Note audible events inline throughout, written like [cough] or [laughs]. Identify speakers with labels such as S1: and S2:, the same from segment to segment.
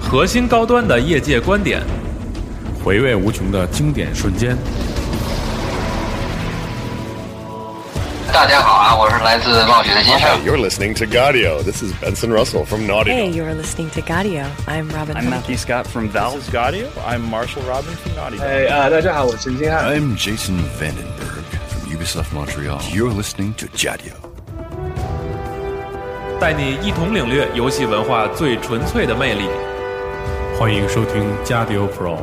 S1: 核心高端的业界观点，
S2: 回味无穷的经典瞬间。
S3: 大家好啊，我是来自暴雪的金盛。
S4: Hey, you're listening to Gaudio. This is Benson Russell from Naughty.
S5: Hey, you're listening to Gaudio. I'm Robin.
S6: I'm Matthew Scott from Valve.
S7: This is Gaudio. I'm Marshall Robin from Naughty. Dog.
S8: Hey, uh, 大家好，我是金汉。
S9: I'm Jason Vandenberg from Ubisoft Montreal. You're listening to Gaudio.
S1: 带你一同领略游戏文化最纯粹的魅力。
S2: 欢迎收听加迪欧 Pro。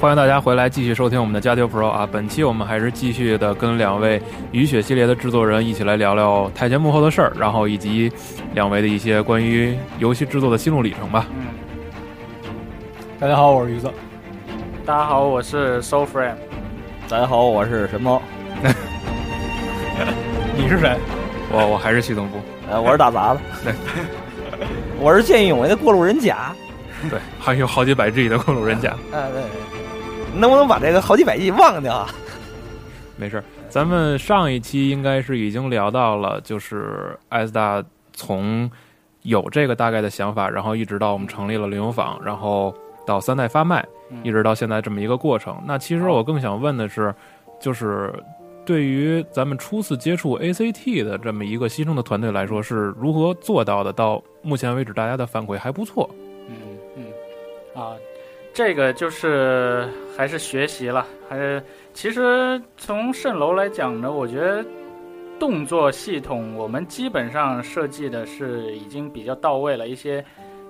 S1: 欢迎大家回来继续收听我们的加丢 Pro 啊！本期我们还是继续的跟两位雨雪系列的制作人一起来聊聊台前幕后的事儿，然后以及两位的一些关于游戏制作的心路历程吧。
S10: 大家好，我是鱼子。
S6: 大家好，我是 SoFrame。
S11: 大家好，我是神猫。
S10: 你是谁？
S1: 我我还是系统部，
S11: 呃，我是大 [laughs] 杂子。我是见义勇为的过路人甲。
S1: 对，还有好几百 G 的过路人甲。
S11: 啊，对。能不能把这个好几百亿忘掉啊？
S1: 没事儿，咱们上一期应该是已经聊到了，就是艾斯大从有这个大概的想法，然后一直到我们成立了零油坊，然后到三代发卖，
S6: 嗯
S1: 一直到现在这么一个过程。那其实我更想问的是，就是对于咱们初次接触 ACT 的这么一个新生的团队来说，是如何做到的？到目前为止，大家的反馈还不错。
S6: 嗯嗯啊。这个就是还是学习了，还是其实从蜃楼来讲呢，我觉得动作系统我们基本上设计的是已经比较到位了，一些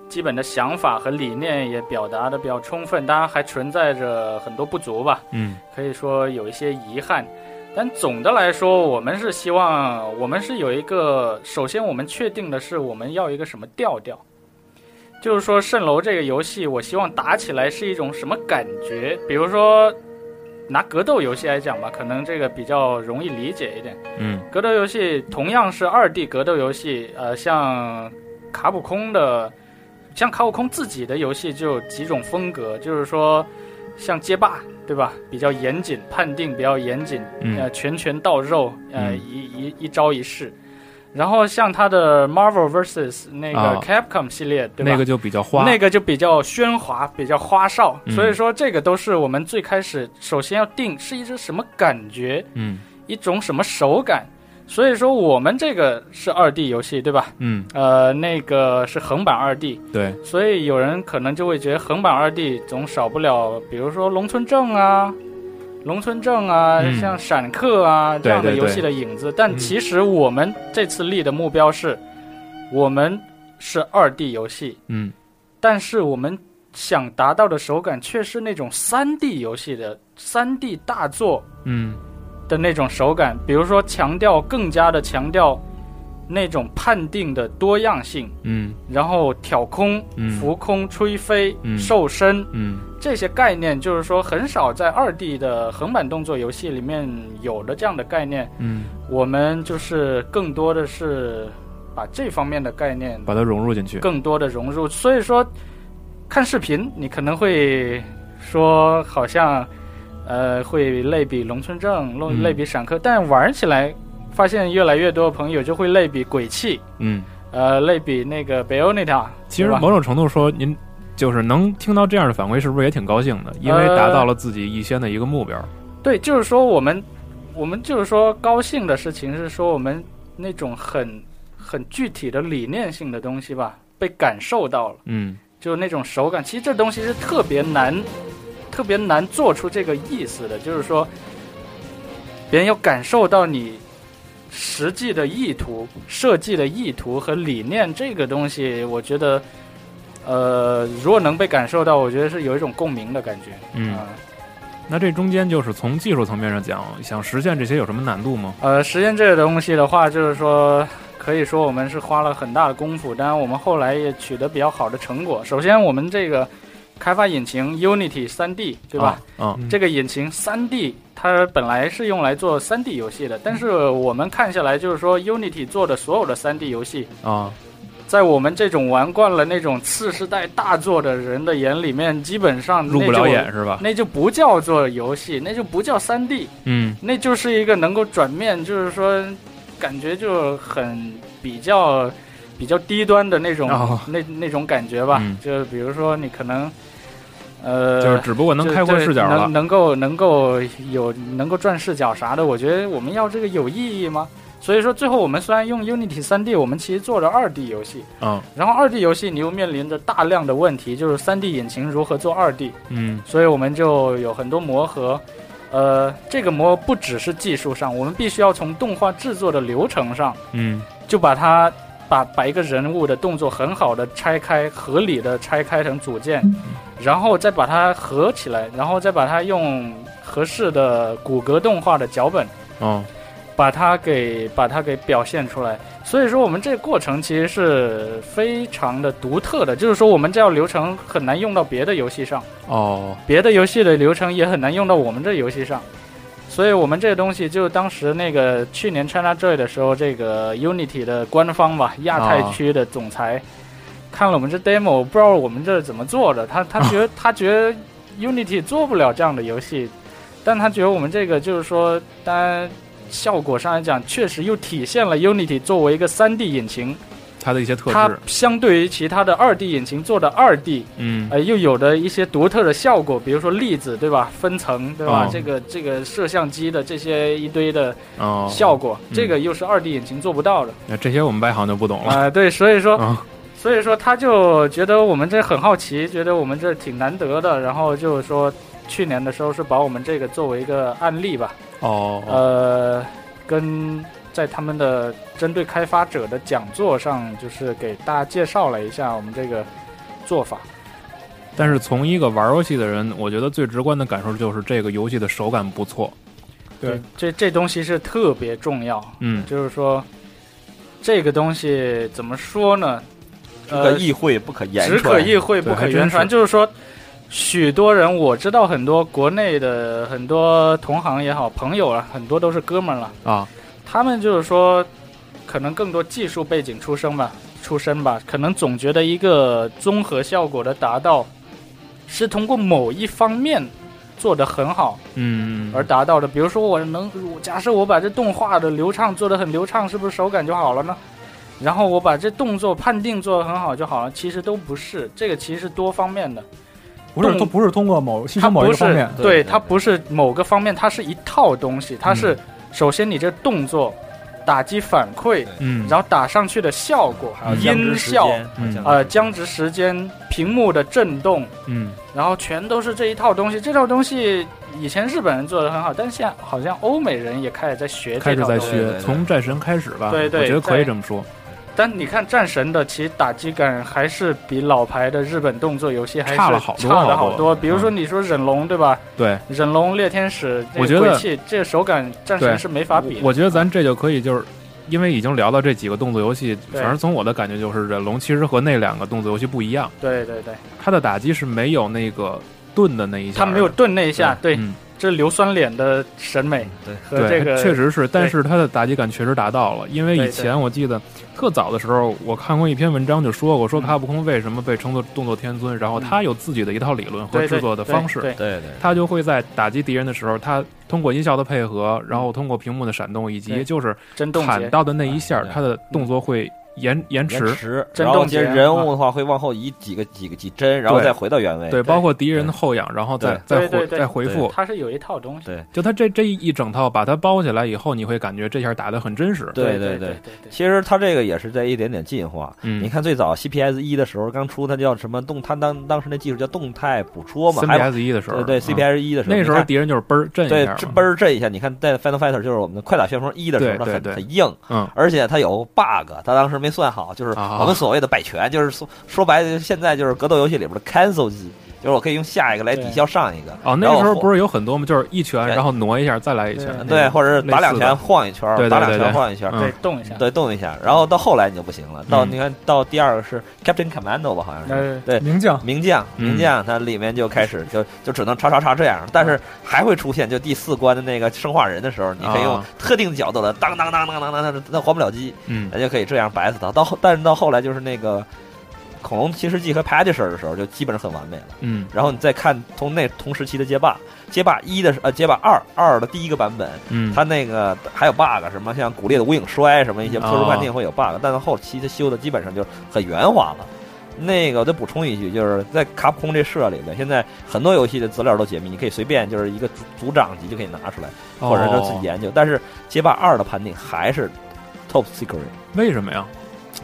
S6: 基本的想法和理念也表达的比较充分，当然还存在着很多不足吧，
S1: 嗯，
S6: 可以说有一些遗憾，但总的来说，我们是希望我们是有一个，首先我们确定的是我们要一个什么调调。就是说，《蜃楼》这个游戏，我希望打起来是一种什么感觉？比如说，拿格斗游戏来讲吧，可能这个比较容易理解一点。
S1: 嗯，
S6: 格斗游戏同样是二 D 格斗游戏，呃，像卡普空的，呃像卡普空自己的游戏就有几种风格，就是说，像街霸，对吧？比较严谨，判定比较严谨，
S1: 嗯、
S6: 呃，拳拳到肉，呃，一一一招一式。然后像它的 Marvel vs 那个 Capcom 系列，啊、对吧？
S1: 那个就比较花，
S6: 那个就比较喧哗，比较花哨。
S1: 嗯、
S6: 所以说，这个都是我们最开始首先要定是一只什么感觉，
S1: 嗯，
S6: 一种什么手感。所以说，我们这个是二 D 游戏，对吧？
S1: 嗯，
S6: 呃，那个是横版二 D，
S1: 对。
S6: 所以有人可能就会觉得横版二 D 总少不了，比如说《龙村正》啊。农村证啊，
S1: 嗯、
S6: 像闪客啊这样的游戏的影
S1: 对对对
S6: 子，
S1: 嗯
S6: 但其实我们这次立的目标是，嗯、我们是二 D 游戏，
S1: 嗯，
S6: 但是我们想达到的手感却是那种三 D 游戏的三 D 大作，
S1: 嗯，
S6: 的那种手感，嗯、比如说强调更加的强调那种判定的多样性，
S1: 嗯，
S6: 然后挑空、浮空、吹飞、瘦身，
S1: 嗯。
S6: 这些概念就是说，很少在二 D 的横版动作游戏里面有的这样的概念。
S1: 嗯，
S6: 我们就是更多的是把这方面的概念
S1: 把它融入进去，
S6: 更多的融入。所以说，看视频你可能会说好像呃会类比《龙村证》、
S1: 嗯
S6: 类比《闪客》，但玩起来发现越来越多的朋友就会类比《鬼泣》，
S1: 嗯，
S6: 呃，类比那个《北欧那套》。
S1: 其实某种程度说，您。就是能听到这样的反馈，是不是也挺高兴的？因
S6: 呃
S1: 为达到了自己预先的一个目标、呃。
S6: 对，就是说我们，我们就是说高兴的事情是说我们那种很很具体的理念性的东西吧，被感受到了。
S1: 嗯，
S6: 就是那种手感。其实这东西是特别难，特别难做出这个意思的。就是说，别人要感受到你实际的意图、设计的意图和理念这个东西，我觉得。呃，如果能被感受到，我觉得是有一种共鸣的感觉。
S1: 嗯，
S6: 呃、
S1: 那这中间就是从技术层面上讲，想实现这些有什么难度吗？
S6: 呃，实现这个东西的话，就是说可以说我们是花了很大的功夫，当然我们后来也取得比较好的成果。首先，我们这个开发引擎 Unity 3D，对吧？
S1: 啊
S10: 嗯
S6: 这个引擎 3D 它本来是用来做 3D 游戏的，但是我们看下来，就是说 Unity 做的所有的 3D 游戏，
S1: 啊
S6: 在我们这种玩惯了那种次世代大作的人的眼里面，基本上
S1: 入不
S6: 那就
S1: 了眼，是吧？
S6: 那就不叫做游戏，那就不叫 3D，
S1: 嗯
S6: 那就是一个能够转面，就是说感觉就很比较比较低端的那种、
S1: 哦
S6: 那那种感觉吧。
S1: 嗯
S6: 就比如说你可能呃，
S1: 就是只不过能
S6: 就
S1: 开阔
S6: 对
S1: 视角了
S6: 能。能够能够有能够转视角啥的，我觉得我们要这个有意义吗？所以说，最后我们虽然用 Unity 3D，我们其实做了 2D 游戏，
S1: 嗯
S6: 然后 2D 游戏你又面临着大量的问题，就是 3D 引擎如何做 2D，
S1: 嗯
S6: 所以我们就有很多磨合。呃，这个磨不只是技术上，我们必须要从动画制作的流程上，
S1: 嗯
S6: 就把它把把一个人物的动作很好的拆开，合理的拆开成组件，然后再把它合起来，然后再把它用合适的骨骼动画的脚本
S1: 哦
S6: 把它给把它给表现出来。所以说，我们这个过程其实是非常的独特的，就是说我们这套流程很难用到别的游戏上。
S1: 哦
S6: 别的游戏的流程也很难用到我们这游戏上，所以我们这个东西就当时那个去年 ChinaJoy 的时候，这个 Unity 的官方吧，亚太区的总裁、看了我们这 demo，不知道我们这怎么做的，他他觉得、他觉得 Unity 做不了这样的游戏，但他觉得我们这个就是说，当然效果上来讲，确实又体现了 Unity 作为一个 3D 引擎，
S1: 它的一些特
S6: 它
S1: 质。
S6: 相对于其他的 2D 引擎做的 2D
S1: 嗯
S6: 呃，又有的一些独特的效果，比如说粒子，对吧？分层，对吧？
S1: 哦
S6: 这个这个摄像机的这些一堆的
S1: 哦，
S6: 呃效果，
S1: 嗯哦
S6: 这个又是二 D 引擎做不到的
S1: 那这些我们外行就不懂
S6: 啊、
S1: 了。
S6: 对，所以说，
S1: 嗯
S6: 所以说他就觉得我们这很好奇，觉得我们这挺难得的，然后就是说，去年的时候是把我们这个作为一个案例吧，
S1: 哦
S6: 呃，跟在他们的针对开发者的讲座上，就是给大家介绍了一下我们这个做法。
S1: 但是从一个玩游戏的人，我觉得最直观的感受就是这个游戏的手感不错。
S10: 对，
S6: 这这东西是特别重要，
S1: 嗯
S6: 就是说，这个东西怎么说呢？
S11: 只可
S6: 呃，
S11: 意会不可言
S6: 只
S11: 传
S6: 可意会不
S1: 对还
S6: 可
S1: 真
S6: 言传，
S1: 是
S6: 就是说，许多人我知道很多国内的很多同行也好，朋友啊，很多都是哥们儿了，
S1: 啊
S6: 他们就是说，可能更多技术背景出身吧，出身吧，可能总觉得一个综合效果的达到，是通过某一方面做得很好，
S1: 嗯，
S6: 而达到的。比如说，我能我假设我把这动画的流畅做得很流畅，是不是手感就好了呢？然后我把这动作判定做得很好就好了，其实都不是，这个其实是多方面的，
S10: 不是
S6: 动
S10: 都不是通过某牺
S6: 它
S10: 牲某一
S6: 不
S10: 个方
S6: 是
S10: 面，
S11: 对对
S6: 它不是某个方面，它是一套东西，它
S10: 嗯
S6: 是首先你这动作、打击反馈，
S1: 嗯，
S6: 然后打上去的效果，
S11: 还有降
S6: 音
S11: 职时
S6: 效，
S11: 间
S1: 嗯
S11: 降
S6: 呃，
S11: 职
S6: 僵直时间、屏幕的震动，
S1: 嗯
S6: 然后全都是这一套东西。这套东西以前日本人做的很好，但现在好像欧美人也开始在学
S1: 开始
S6: 这套东
S1: 在
S6: 西。
S11: 对对
S1: 学，
S11: 对
S1: 从战神开始吧。
S6: 对对
S1: 我觉得可以
S6: 在
S1: 这么说，
S6: 但你看战神的，其实打击感还是比老牌的日本动作游戏还是
S1: 差了好多
S6: 差
S1: 好
S6: 了好
S1: 多
S6: 多。比如说你说忍龙对吧？
S1: 对。
S6: 忍龙、猎天使、这个
S1: 我觉得
S6: 鬼泣这个手感战
S1: 对
S6: 神是没法比的。
S1: 我觉得咱这就可以就是。因为已经聊到这几个动作游戏，
S6: 对
S1: 反正从我的感觉就是，忍龙其实和那两个动作游戏不一样，
S6: 对对对，
S1: 它的打击是没有那个盾的那一下
S6: 他
S1: 的，
S6: 没有盾那一下，对，
S1: 嗯
S6: 这硫酸脸的审美
S11: 对
S6: 和这个
S1: 确实是，但
S6: 对
S1: 是它的打击感确实达到了。因为
S6: 对
S1: 以
S6: 对
S1: 前我记得特早的时候，我看过一篇文章就说过，
S6: 嗯
S1: 说卡普空为什么被称作动作天尊，然后他有自己的一套理论和
S6: 对对
S1: 制作的
S6: 对
S1: 方式，
S6: 对
S11: 对对，
S1: 他就会在打击敌人的时候，他通过音效的配合，
S11: 嗯
S1: 然后通过屏幕的闪动，以及
S6: 对
S1: 就是
S6: 真冻
S1: 砍
S6: 结。
S1: 到的那一下，
S11: 对
S1: 他的动作会延延
S11: 哎嗯延
S1: 迟。
S11: 迟，哎
S6: 震
S11: 然后
S6: 动
S11: 这
S6: 节
S11: 人物的话会往后移几个几个几帧，然后
S1: 对
S11: 再回到原位。
S1: 对，包括敌人的后仰，然后再再
S6: 对对
S1: 回
S6: 对
S1: 再回复，
S6: 它是有一套东西，
S11: 对
S1: 就他这这一整套把它包起来以后，你会感觉这下打得很真实。
S11: 对
S6: 对
S11: 对
S6: 对对，
S11: 其实它这个也是在一点点进化。
S1: 嗯
S11: 你看最早 CPS 一的时候，刚出它叫什么动，它当当时那技术叫动态捕捉嘛，还有
S1: CPS 一的时候，
S11: 对对
S1: 嗯
S11: CPS 一的时候，
S1: 那时候
S11: 你看
S1: 敌人就是嘣儿震一
S11: 对
S1: 下嘛，
S11: 这嘣儿震一下，你看在 Final Fighter 就是我们的快打旋风一的时候，它
S1: 对
S11: 很
S1: 对对
S11: 很硬，
S1: 嗯，
S11: 而且它有 bug，它当时没算好，就是
S1: 啊
S11: 我们所谓的摆拳，就是说说白了，就是现在就是格斗游戏里边的 cancel 技，就是我可以用下一个来抵消上一个。
S1: 哦，那个
S11: 然后
S1: 时候
S11: 我
S1: 不是有很多吗？就是一拳，
S11: 对
S1: 然后挪一下，再来一拳。哎
S11: 对，或者是打两
S1: 类似的
S11: 拳晃一圈儿，
S1: 对对
S11: 打两
S1: 对
S11: 拳
S1: 对
S11: 晃一圈
S1: 嗯
S11: 儿，
S6: 对，动一下。
S11: 对，动一下。然后到后来你就不行了，到
S1: 嗯
S11: 你看到第二个是 Captain Commando 吧，好像是。
S6: 呃，
S11: 对，
S10: 名将
S11: 名将，
S1: 嗯
S11: 名将，它里面就开始就就只能叉叉叉这样，但是还会出现就第四关的那个生化人的时候，你可以用
S1: 啊
S11: 特定角度的当当当当当当当，那还不了机，
S1: 嗯
S11: 那就可以这样白死他。到后，但是到后来就是那个恐龙骑士记和 Padisher 的时候，就基本上很完美了。
S1: 嗯
S11: 然后你再看同那同时期的街霸，街霸一的时呃街霸二二的第一个版本，
S1: 嗯，
S11: 它那个还有 bug，什么像骨裂的无影摔什么一些
S1: 哦
S11: 特殊判定会有 bug，、但是后期它修的基本上就很圆滑了。那个我再补充一句，就是在卡普空这社里边，现在很多游戏的资料都解密，你可以随便就是一个组组长级就可以拿出来，或者是自己
S1: 哦
S11: 研究。但是街霸二的判定还是 top secret，
S1: 为什么呀？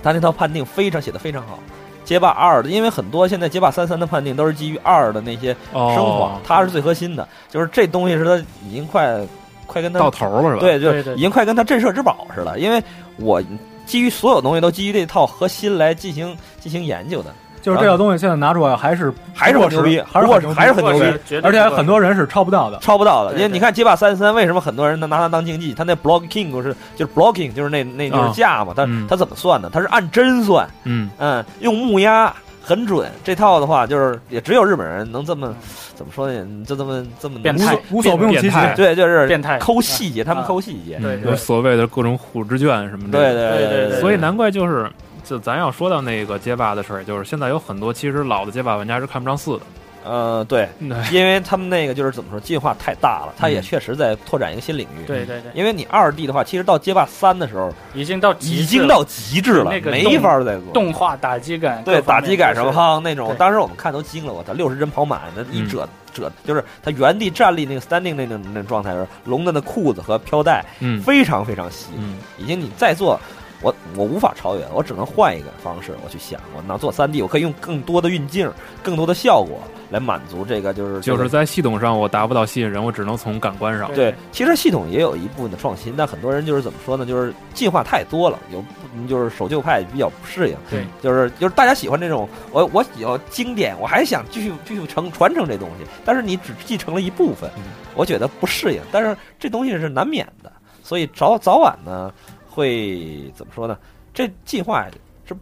S11: 他那套判定非常写的非常好。街霸二的，因为很多现在街霸三三的判定都是基于二的那些
S1: 哦，
S11: 升华，它是最核心的，就是这东西是它已经快快跟它
S1: 到头了是吧？，
S11: 对，就
S6: 对
S11: 是
S6: 对
S11: 已经快跟他震慑之宝似的，因为我基于所有东西都基于这套核心来进行进行研究的，
S10: 就是这套东西现在拿出来还是
S11: 啊还是
S10: 不
S11: 很
S10: 过
S11: 牛逼，
S10: 时还
S11: 不
S10: 是
S11: 过
S10: 很牛逼
S11: 还是很牛
S6: 或
S11: 逼
S6: 者，绝对
S10: 而且
S6: 不会
S10: 很多人是抄不到的。
S11: 超不到的。因
S6: 对
S11: 为你看街霸三三，为什么很多人能拿它当竞技？它那 blocking 就是就是 blocking 就是那那就是
S1: 啊
S11: 架嘛，它
S1: 嗯
S11: 它怎么算呢？它是按帧算，
S1: 嗯，
S11: 嗯，用木压。很准，这套的话就是也只有日本人能这么，怎么说呢？就这么这么
S6: 嗯变
S10: 无
S6: 态
S10: 所无所不用
S1: 变
S10: 其极，
S1: 态
S11: 对，就是
S6: 变态
S11: 抠细节，他们
S6: 啊
S11: 抠细节，
S6: 对
S1: 嗯
S6: 对
S1: 有所谓的各种虎之卷什么的。
S11: 对
S6: 对对
S11: 对，
S1: 所以难怪就是，就咱要说到那个街霸的事儿，就是现在有很多其实老的街霸玩家是看不上四的。
S11: 呃，对，
S1: 对
S11: 因为他们那个就是怎么说，进化太大了，它也
S1: 嗯
S11: 确实在拓展一个新领域。
S6: 对，对对，
S11: 因为你二 D 的话，其实到街霸三的时候
S6: 已经到极致
S11: 已经
S6: 了
S11: 到极致了，
S6: 那个
S11: 没法再做。
S6: 动画打击感各
S11: 对
S6: 方
S11: 打
S6: 面
S11: 击感
S6: 都
S11: 什么
S6: 是
S11: 哈那种
S6: 对，
S11: 当时我们看都惊了，我操，六十帧跑满，那一
S1: 嗯
S11: 折折就是他原地站立那个 standing 那种那种状态的时候，龙的那裤子和飘带
S1: 嗯
S11: 非常非常细，
S1: 嗯
S11: 已经你再做，我我无法超越，我只能换一个方式，我去想，我那做三 D，我可以用更多的运镜、更多的效果来满足这个，就是这
S1: 就
S11: 个
S1: 是在系统上我达不到吸引人，我只能从感官上。
S11: 对，其实系统也有一部分的创新，但很多人就是怎么说呢？就是进化太多了，有嗯就是守旧派比较不适应。
S6: 对，
S11: 就是就是大家喜欢这种我我有经典，我还想继续继续承传承这东西，但是你只继承了一部分，我觉得不适应。但是这东西是难免的，所以早早晚呢会怎么说呢？这进化是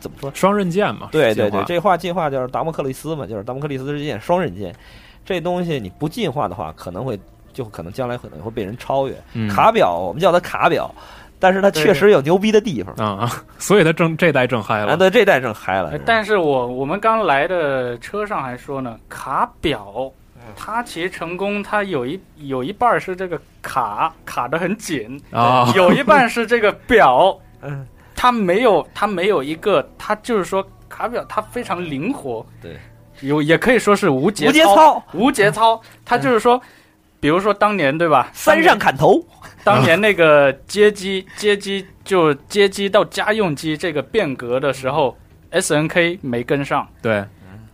S11: 怎么说？
S1: 双刃剑嘛，
S11: 对
S1: 进
S11: 对
S1: 化
S11: 对，这话进化就是达摩克里斯嘛，就是达摩克里斯之剑、双刃剑，这东西你不进化的话，可能会就可能将来可能会被人超越。
S1: 嗯
S11: 卡表我们叫它卡表，但是它
S6: 对
S11: 确实有牛逼的地方
S1: 啊， [laughs] 所以他正这代正嗨
S11: 啊！
S1: 了。
S11: 对，这代正嗨了
S6: 呃，哎但是我我们刚来的车上还说呢，卡表，
S11: 嗯
S6: 它其实成功，它有一有一半儿是这个卡卡的很紧，
S1: 啊，
S6: 有一半是这个表，
S11: [laughs] 嗯
S6: 它没有它没有一个，它就是说卡表它非常灵活，
S11: 对，
S6: 有也可以说是无节
S11: 无节
S6: 操，
S11: 操，
S6: 无节操，它就是说。比如说当年对吧？
S11: 三上砍头，
S6: 当年那个街机、街机就街机到家用机这个变革的时候，SNK 没跟上，
S1: [laughs] 对，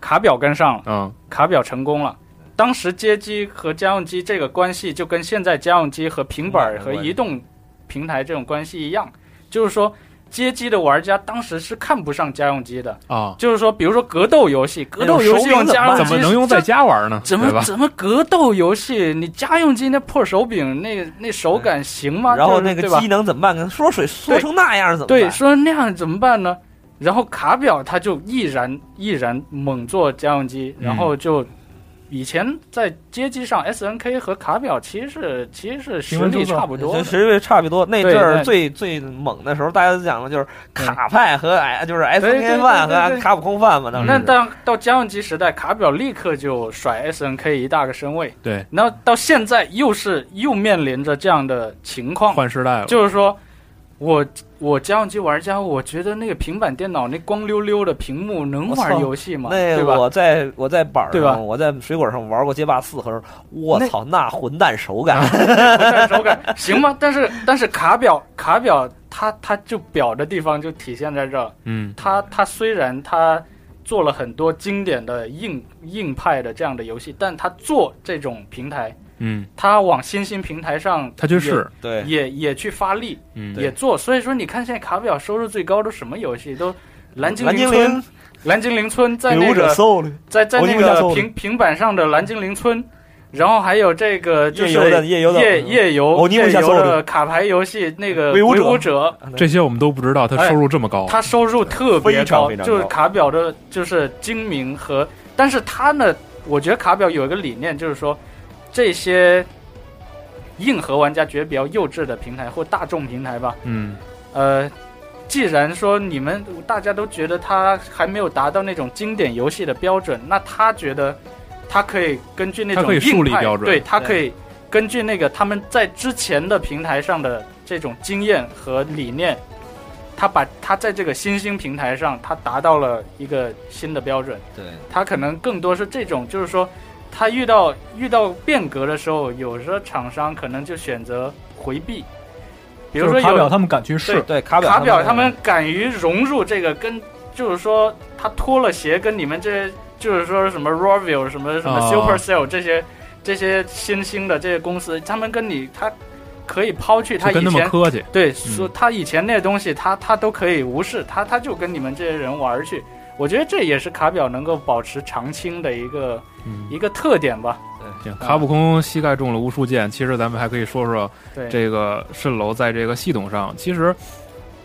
S6: 卡表跟上了，
S1: 嗯
S6: 卡表成功了。当时街机和家用机这个关系，就跟现在家用机和平板儿和移动平台这种关系一样，就是说街机的玩家当时是看不上家用机的。
S1: 啊，
S6: 就是说，比如说格斗游戏，格斗游戏用家用机
S1: 怎么能用在
S6: 这
S1: 家玩呢？
S6: 怎
S1: 对
S6: 么
S1: 吧？
S6: 怎么格斗游戏？你家用机那破手柄，那那手感行吗？
S11: 然后
S6: 就是
S11: 那
S6: 对
S11: 个
S6: 吧
S11: 机能怎么办？说水说
S6: 对
S11: 成那样怎么
S6: 对，
S11: 办？
S6: 说那样怎么办呢？然后卡表它就毅然毅然猛做家用机，
S1: 嗯
S6: 然后就以前在街机上 SNK 和卡表其实是其实是实
S10: 平分
S6: 力
S10: 秋色
S6: 差不多
S11: 就
S6: 的，
S11: 实际差不多。那
S6: 对
S11: 阵儿
S6: 对
S11: 最最猛的时候，大家都讲的就是卡派和哎，就是
S6: 对对
S11: SNK
S6: 对
S11: 范
S6: 对对
S11: 和卡普空范嘛。当时
S6: 那到到家用机时代，卡表立刻就甩 SNK 一大个身位。
S1: 对，
S6: 然后到现在又是又面临着这样的情况，
S1: 换时代了，
S6: 就是说，我我家用机玩家，我觉得那个平板电脑那光溜溜的屏幕能
S11: 我
S6: 玩
S11: 操
S6: 游戏吗？
S11: 那
S6: 对吧？
S11: 我在我在板儿
S6: 对吧
S11: 上，我在水果上玩过街霸四，和时候我
S6: 那啊
S11: 操，那混蛋手感， [laughs]
S6: 但手感行吗？但是但是卡表卡表它它就表的地方就体现在这儿，
S1: 嗯
S6: 它它虽然它做了很多经典的硬硬派的这样的游戏，但它做这种平台，
S1: 嗯，
S6: 它往新兴平台上
S1: 他去试，
S11: 对，
S6: 也也也去发力
S1: 嗯，
S6: 也做，所以说你看现在卡表收入最高的什么游戏都。蓝
S11: 蓝
S6: 灵
S11: 精灵
S6: 村，蓝精灵村在
S11: 女
S6: 那
S11: 武者
S6: 个
S11: Soul 里
S6: 在在
S11: 我
S6: 那
S11: 听不下去
S6: 个
S11: 了
S6: 平平板上的蓝精灵村，然后还有这个就是
S11: 夜游的夜游的
S6: 夜夜游
S11: 哦你不
S6: 夜
S11: 下
S6: 游
S11: 搜了
S6: 的卡牌游戏那个
S11: 鬼
S6: 鬼
S11: 武者
S6: 武者，
S1: 这些我们都不知道，他收入这么高，
S6: 哎他收入特别
S11: 非常
S6: 高，
S11: 非常
S6: 就是
S11: 高
S6: 卡表的，就是精明和，但是他呢，我觉得卡表有一个理念，就是说这些硬核玩家觉得比较幼稚的平台或大众平台吧，
S1: 嗯，
S6: 呃，既然说你们大家都觉得他还没有达到那种经典游戏的标准，那他觉得他可以根据那种
S1: 他可以树立
S6: 硬派
S1: 标准
S6: 对他可以根据那个他们在之前的平台上的这种经验和理念，他把他在这个新兴平台上他达到了一个新的标准。
S11: 对，
S6: 他可能更多是这种，就是说，他遇到遇到变革的时候，有时候厂商可能就选择回避，比如
S10: 就
S6: 说
S10: 是卡
S6: 有
S10: 表他们敢去试
S6: 对，
S11: 对卡表
S6: 卡表他们敢于融入这个跟，就是说他脱了鞋，跟你们这就是说什么 Rovio 什么什么
S1: 哦
S6: Supercell 这些、这些新兴的这些公司，他们跟你他可以抛去他
S1: 就跟
S6: 以
S1: 他们
S6: 前
S1: 客气，
S6: 对说他以前那些东西，他他都可以无视，他他就跟你们这些人玩儿去。我觉得这也是卡表能够保持长青的一个
S1: 嗯，
S6: 一个特点吧。
S1: 行，卡普空膝盖中了无数箭，其实咱们还可以说说
S6: 对，
S1: 这个蜃楼在这个系统上，其实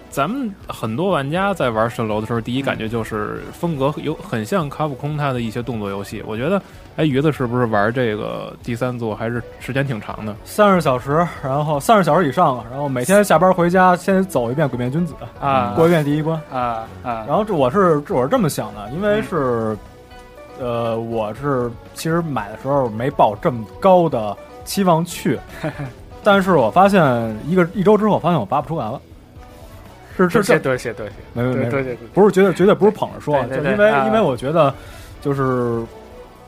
S1: 咱们很多玩家在玩蜃楼的时候，第一感觉就是风格有很像卡普空它的一些动作游戏。我觉得，哎，鱼子是不是玩这个第三座还是时间挺长的？
S10: 三十小时，然后三十小时以上吧，然后每天下班回家先走一遍鬼面君子，
S6: 啊
S10: 过一遍第一关。
S6: 啊啊
S10: 然后这我是这我是这么想的，
S6: 嗯
S10: 因为是，呃，我是其实买的时候没抱这么高的期望
S6: [laughs]
S10: 去，但是我发现一个一周之后，我发现我拔不出来了，是是这
S6: 对不起对不起
S10: 没
S6: 对
S10: 没没
S6: 不起对对对
S10: 不是绝对绝对不是捧着说，
S6: 对对
S10: 就
S6: 对
S10: 是因为、
S6: 啊
S10: 因为我觉得就是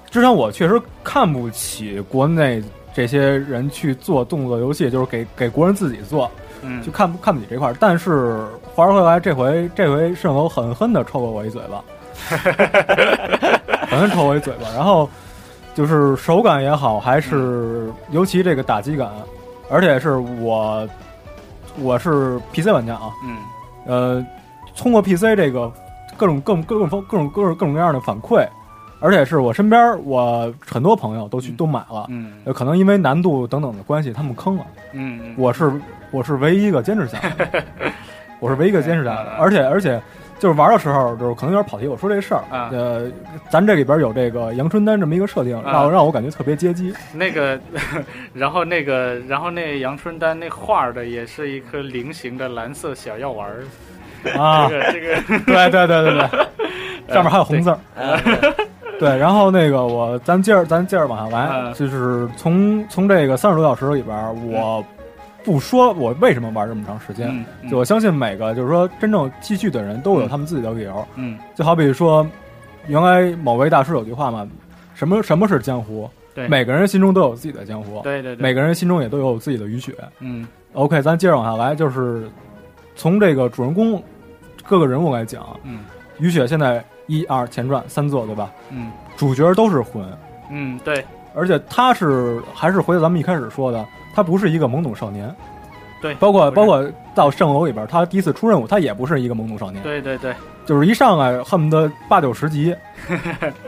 S10: 之前我确实看不起国内这些人去做动作游戏，就是给给国人自己做，
S6: 嗯
S10: 就看不看不起这块儿。但是话说回来，这回这回顺口狠狠的抽了我一嘴
S6: [laughs]
S10: 巴，狠狠抽我一嘴巴。然后就是手感也好，还
S6: 嗯
S10: 是尤其这个打击感，而且是我我是 PC 玩家啊，
S6: 嗯
S10: 呃，通过 PC 这个各种各种各种各种各种各种各样的反馈，而且是我身边儿我很多朋友都去
S6: 嗯
S10: 都买了，
S6: 嗯
S10: 呃可能因为难度等等的关系，他们坑了。
S6: 嗯，
S10: 我是我是唯一一个坚持下
S6: [laughs]
S10: 来的，我是唯一一个坚持下来
S6: 哎
S10: 的，而且而且就是玩的时候，就是可能有点跑题，我说这事儿，
S6: 啊
S10: 呃，咱这里边有这个阳春丹这么一个设定，
S6: 啊
S10: 让我让我感觉特别
S6: [laughs]
S10: 接机，
S6: 那个，然后那个，然后那杨春丹那画儿的也是一颗菱形的蓝色小药丸儿。
S10: 啊，
S6: 这个这
S10: [laughs]
S6: 个，
S10: 对对对对
S6: [laughs]
S10: 对，上面还有红字儿。
S11: 呃
S10: [laughs] 对，然后那个我，咱接着咱接着往下来，
S6: 嗯
S10: 就是从从这个三十多小时里边儿，我不说我为什么玩这么长时间，
S6: 嗯，嗯
S10: 就我相信每个就是说真正继续的人都有他们自己的理由。
S6: 嗯，
S10: 就好比说，原来某位大师有句话嘛，什么什么是江湖？
S6: 对，
S10: 每个人心中都有自己的江湖，
S6: 对对对，
S10: 哦每个人心中也都有自己的雨雪。
S6: 嗯
S10: OK，咱接着往下来，就是从这个主人公各个人物来讲，
S6: 嗯
S10: 雨雪现在一二前传三作对吧？
S6: 嗯
S10: 主角都是魂，
S6: 嗯，对
S10: 而且他是还是回到咱们一开始说的，他不是一个懵懂少年，
S6: 对，
S10: 包括
S6: 不是
S10: 包括到圣楼里边，他第一次出任务，他也不是一个懵懂少年，
S6: 对对对，
S10: 就是一上来恨不得八九
S6: [laughs]
S10: 十级，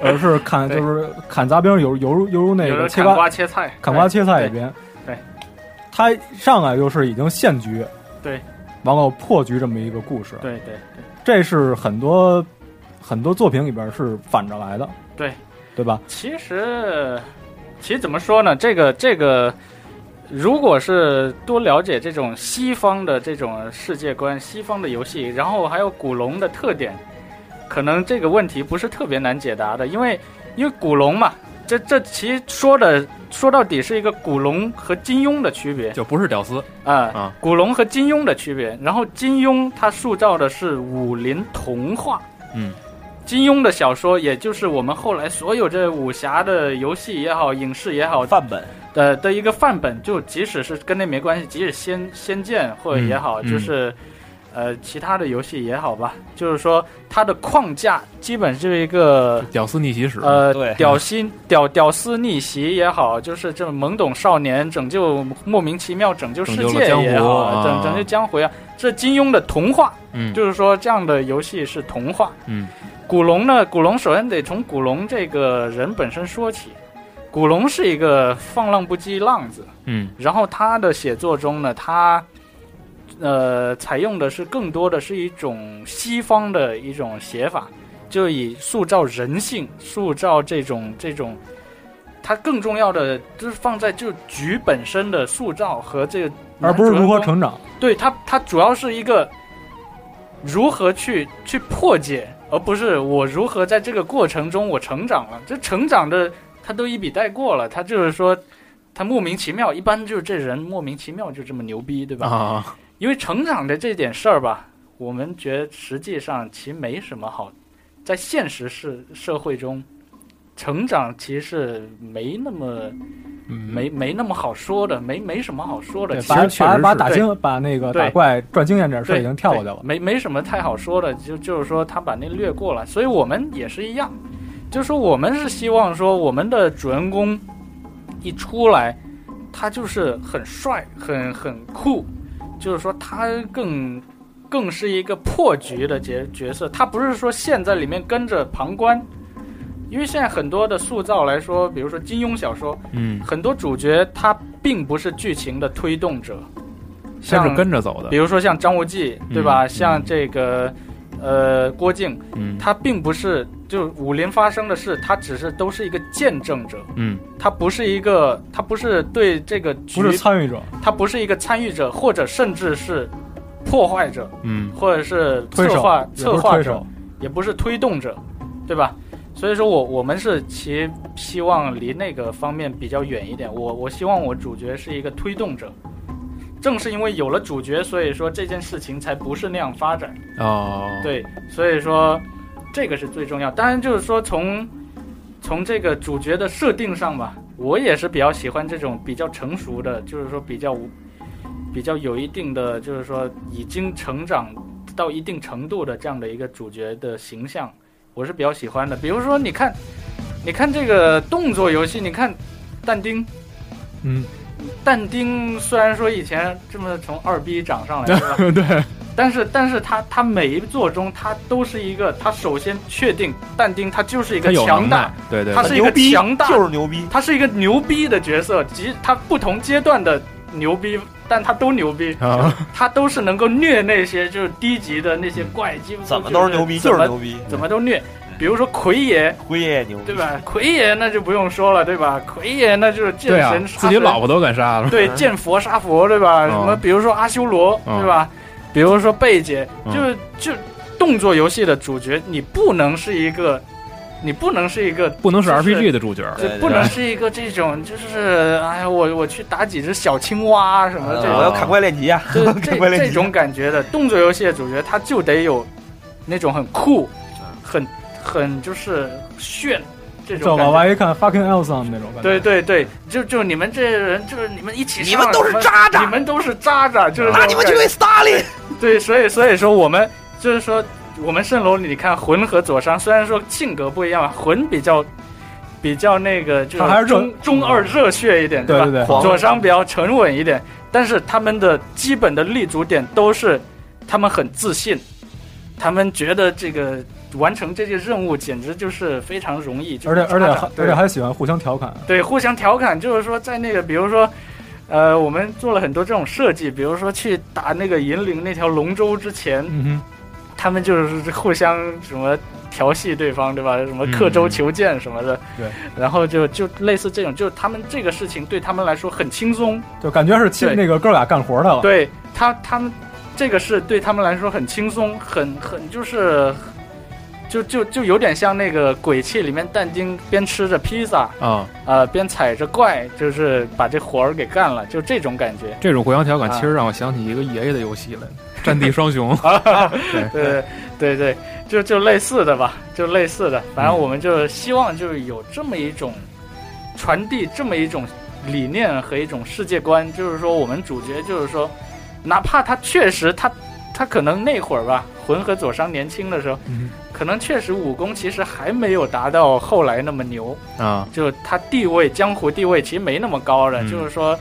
S10: 而是砍
S6: 对
S10: 就是砍杂兵，犹犹如犹如那
S6: 有
S10: 个
S6: 人
S10: 切
S6: 砍
S10: 瓜
S6: 瓜切菜，
S10: 砍瓜切菜
S6: 对
S10: 一边，
S6: 对对
S10: 他上来就是已经陷局，
S6: 对，
S10: 完了破局这么一个故事，
S6: 对对
S10: 这是很多很多作品里边是反着来的，
S6: 对
S10: 对吧？
S6: 其实，其实怎么说呢？这个这个，如果是多了解这种西方的这种世界观、西方的游戏，然后还有古龙的特点，可能这个问题不是特别难解答的，因为因为古龙嘛，这这其实说的说到底是一个古龙和金庸的区别。
S1: 就不是屌丝，
S6: 啊、
S1: 啊
S6: 古龙和金庸的区别。然后金庸他塑造的是武林童话，
S1: 嗯，
S6: 金庸的小说，也就是我们后来所有这武侠的游戏也好、影视也好，
S11: 范本，
S6: 的的一个范本，就即使是跟那没关系，即使仙仙剑或者也好，
S1: 嗯
S6: 就是呃其他的游戏也好吧，就是说它的框架基本是一个
S1: 屌丝逆袭史，
S6: 呃
S11: 对
S6: 屌丝屌屌丝逆袭也好，就是这种懵懂少年拯救莫名其妙拯救世
S1: 拯救
S6: 界
S1: 了江湖
S6: 也好，拯
S1: 啊
S6: 拯救江湖呀，这金庸的童话，
S1: 嗯，
S6: 就是说这样的游戏是童话。
S1: 嗯
S6: 古龙呢，古龙首先得从古龙这个人本身说起。古龙是一个放浪不羁浪子，
S1: 嗯
S6: 然后他的写作中呢，他呃采用的是更多的是一种西方的一种写法，就以塑造人性、塑造这种这种，它更重要的就是放在就局本身的塑造和这个，
S10: 而不是如何。成长。
S6: 对它，它主要是一个如何去去破解，而不是我如何在这个过程中我成长了。这成长的他都一笔带过了，他就是说他莫名其妙，一般就是这人莫名其妙就这么牛逼，对吧？
S1: 啊，
S6: 因为成长的这点事儿吧，我们觉得实际上其实没什么好，在现实社社会中，成长其实是没那么没没那么好说的，没没什么好说的。
S10: 对
S6: 其实
S10: 把
S1: 确
S10: 把
S1: 实
S10: 把
S1: 是
S10: 打
S6: 对
S10: 经把那个
S6: 对
S10: 打怪赚经验这点事儿
S6: 对，
S10: 已经跳过去了
S6: 对。没没什么太好说的，就就是说他把那略过了，所以我们也是一样，就是说我们是希望说我们的主人公一出来，他就是很帅、很很酷，就是说他更更是一个破局的角角色，他不是说陷在里面跟着旁观。因为现在很多的塑造来说，比如说金庸小说，
S1: 嗯，
S6: 很多主角他并不是剧情的推动者，
S1: 他
S6: 像
S1: 嗯是跟着走
S6: 比
S1: 的，
S6: 如说像张无忌，对吧？
S1: 嗯
S6: 像这个，呃，郭靖，
S1: 嗯
S6: 他并不是就武林发生的事，他只是都是一个见证者，
S1: 嗯
S6: 他不是一个，他不是对这个局
S10: 不，是参与者，
S6: 他不是一个参与者，或者甚至是破坏者，
S1: 嗯
S6: 或者是
S10: 推
S6: 策
S10: 手
S6: 划
S10: 也不
S6: 策
S10: 是
S6: 划
S10: 推
S6: 者
S10: 手，，
S6: 也不是推动者，对吧？所以说我我们是其希望离那个方面比较远一点。我我希望我主角是一个推动者，正是因为有了主角，所以说这件事情才不是那样发展。
S1: 哦， [laughs]
S6: 对，所以说这个是最重要。当然就是说从从这个主角的设定上吧，我也是比较喜欢这种比较成熟的，就是说比较比较有一定的，就是说已经成长到一定程度的这样的一个主角的形象，我是比较喜欢的。比如说，你看，你看这个动作游戏，你看但丁。
S10: 嗯，
S6: 但丁虽然说以前这么从二逼涨上来，是吧？对。但是，但是他他每一座中，他都是一个，他首先确定但丁他就是一
S1: 他
S6: 个
S1: 有
S6: 强
S1: 能
S6: 大
S1: 耐，，对对，
S6: 他
S1: 对
S6: 是一个
S11: 牛逼
S6: 强大
S11: 就是牛逼，
S6: 他是一个牛逼的角色，即他不同阶段的牛逼，但他都牛逼，
S1: [laughs] 啊
S6: 他都是能够虐那些就是低级的那些怪，基本
S11: 嗯怎么都是牛逼，
S6: 怎
S11: 就是
S6: 么
S11: 牛逼，
S6: 怎么都虐。比如说奎爷，
S11: 辉也牛逼，
S6: 对？吧？奎爷那就不用说了，对吧？奎爷那就是见
S1: 对啊
S6: 神，杀
S1: 自己
S6: 神
S1: 老婆都敢杀
S11: [laughs]
S1: 了，
S6: 对，见佛杀佛，对吧？
S11: 哦
S1: 嗯
S6: 什么，比如说阿修罗，
S1: 嗯
S6: 对吧？比如说贝姐，
S11: 哦
S1: 嗯
S6: 就是就动作游戏的主角，你不能是一个，你不能是一个，
S1: 不能是
S6: 就是
S1: RPG 的主角，
S6: 就
S11: 对对
S6: 不能是一个这种，就是哎呀，我我去打几只小青蛙什么
S11: 呃
S6: 这
S11: 我
S6: 种，
S11: 要砍怪练级啊，
S6: 就是
S11: 赶快
S6: 这
S11: 练
S6: 这
S11: 级
S6: 种感觉的动作游戏的主角，他就得有那种很酷，
S11: 嗯
S6: 很很就是炫这
S10: 这
S6: 种感
S10: 往
S6: 觉。
S10: 外一看，fucking awesome 那种感觉。
S6: 对对对，就就你们这人，就是你们一起
S11: 嗯你
S6: 上，
S11: 们都是渣渣
S6: 你们都是渣渣，就是
S11: 那
S6: 这
S11: 啊你
S6: 种
S11: 们
S6: 感
S11: 去
S6: 觉
S11: 喂斯大林，
S6: 对，所以所以说我们就是说，我们蜃楼你看魂和佐伤虽然说性格不一样，魂比较比较那个，就
S10: 他还是热
S6: 中中二热血一点，
S10: 对
S6: 吧？
S10: 对对
S11: 狂
S6: 佐伤比较沉稳一点，但是他们的基本的立足点都是他们很自信，他们觉得这个完成这些任务简直就是非常容易，就是
S10: 而且而且
S6: 渣渣
S10: 还
S6: 对
S10: 而且还喜欢互相调侃，
S6: 对，互相调侃，就是说在那个，比如说，呃，我们做了很多这种设计，比如说去打那个引领那条龙舟之前，
S10: 嗯
S6: 他们就是互相什么调戏对方，对吧？什么刻舟求剑什么的，
S10: 对，
S6: 然后就就类似这种，就是他们这个事情对他们来说很轻松，
S10: 哼，就感觉是亲
S6: 对
S10: 那个哥俩干活的了。
S6: 对他他们这个是对他们来说很轻松，很很就是。就就就有点像那个《鬼泣》里面但丁边吃着披萨，
S1: 啊，
S6: 呃，边踩着怪，就是把这活儿给干了，就这种感觉。
S1: 这种互相调侃
S6: 啊
S1: 其实让我想起一个爷爷的游戏来，《战地双雄》
S6: 对对对对，就就类似的吧，就类似的。反正我们就是希望就是有这么一种传递这么一种理念和一种世界观，就是说我们主角就是说，哪怕他确实他他他可能那会儿吧，魂和佐商年轻的时候，
S10: 嗯
S6: 可能确实武功其实还没有达到后来那么牛，
S1: 啊，
S6: 就他地位江湖地位其实没那么高了，
S1: 嗯
S6: 就是说，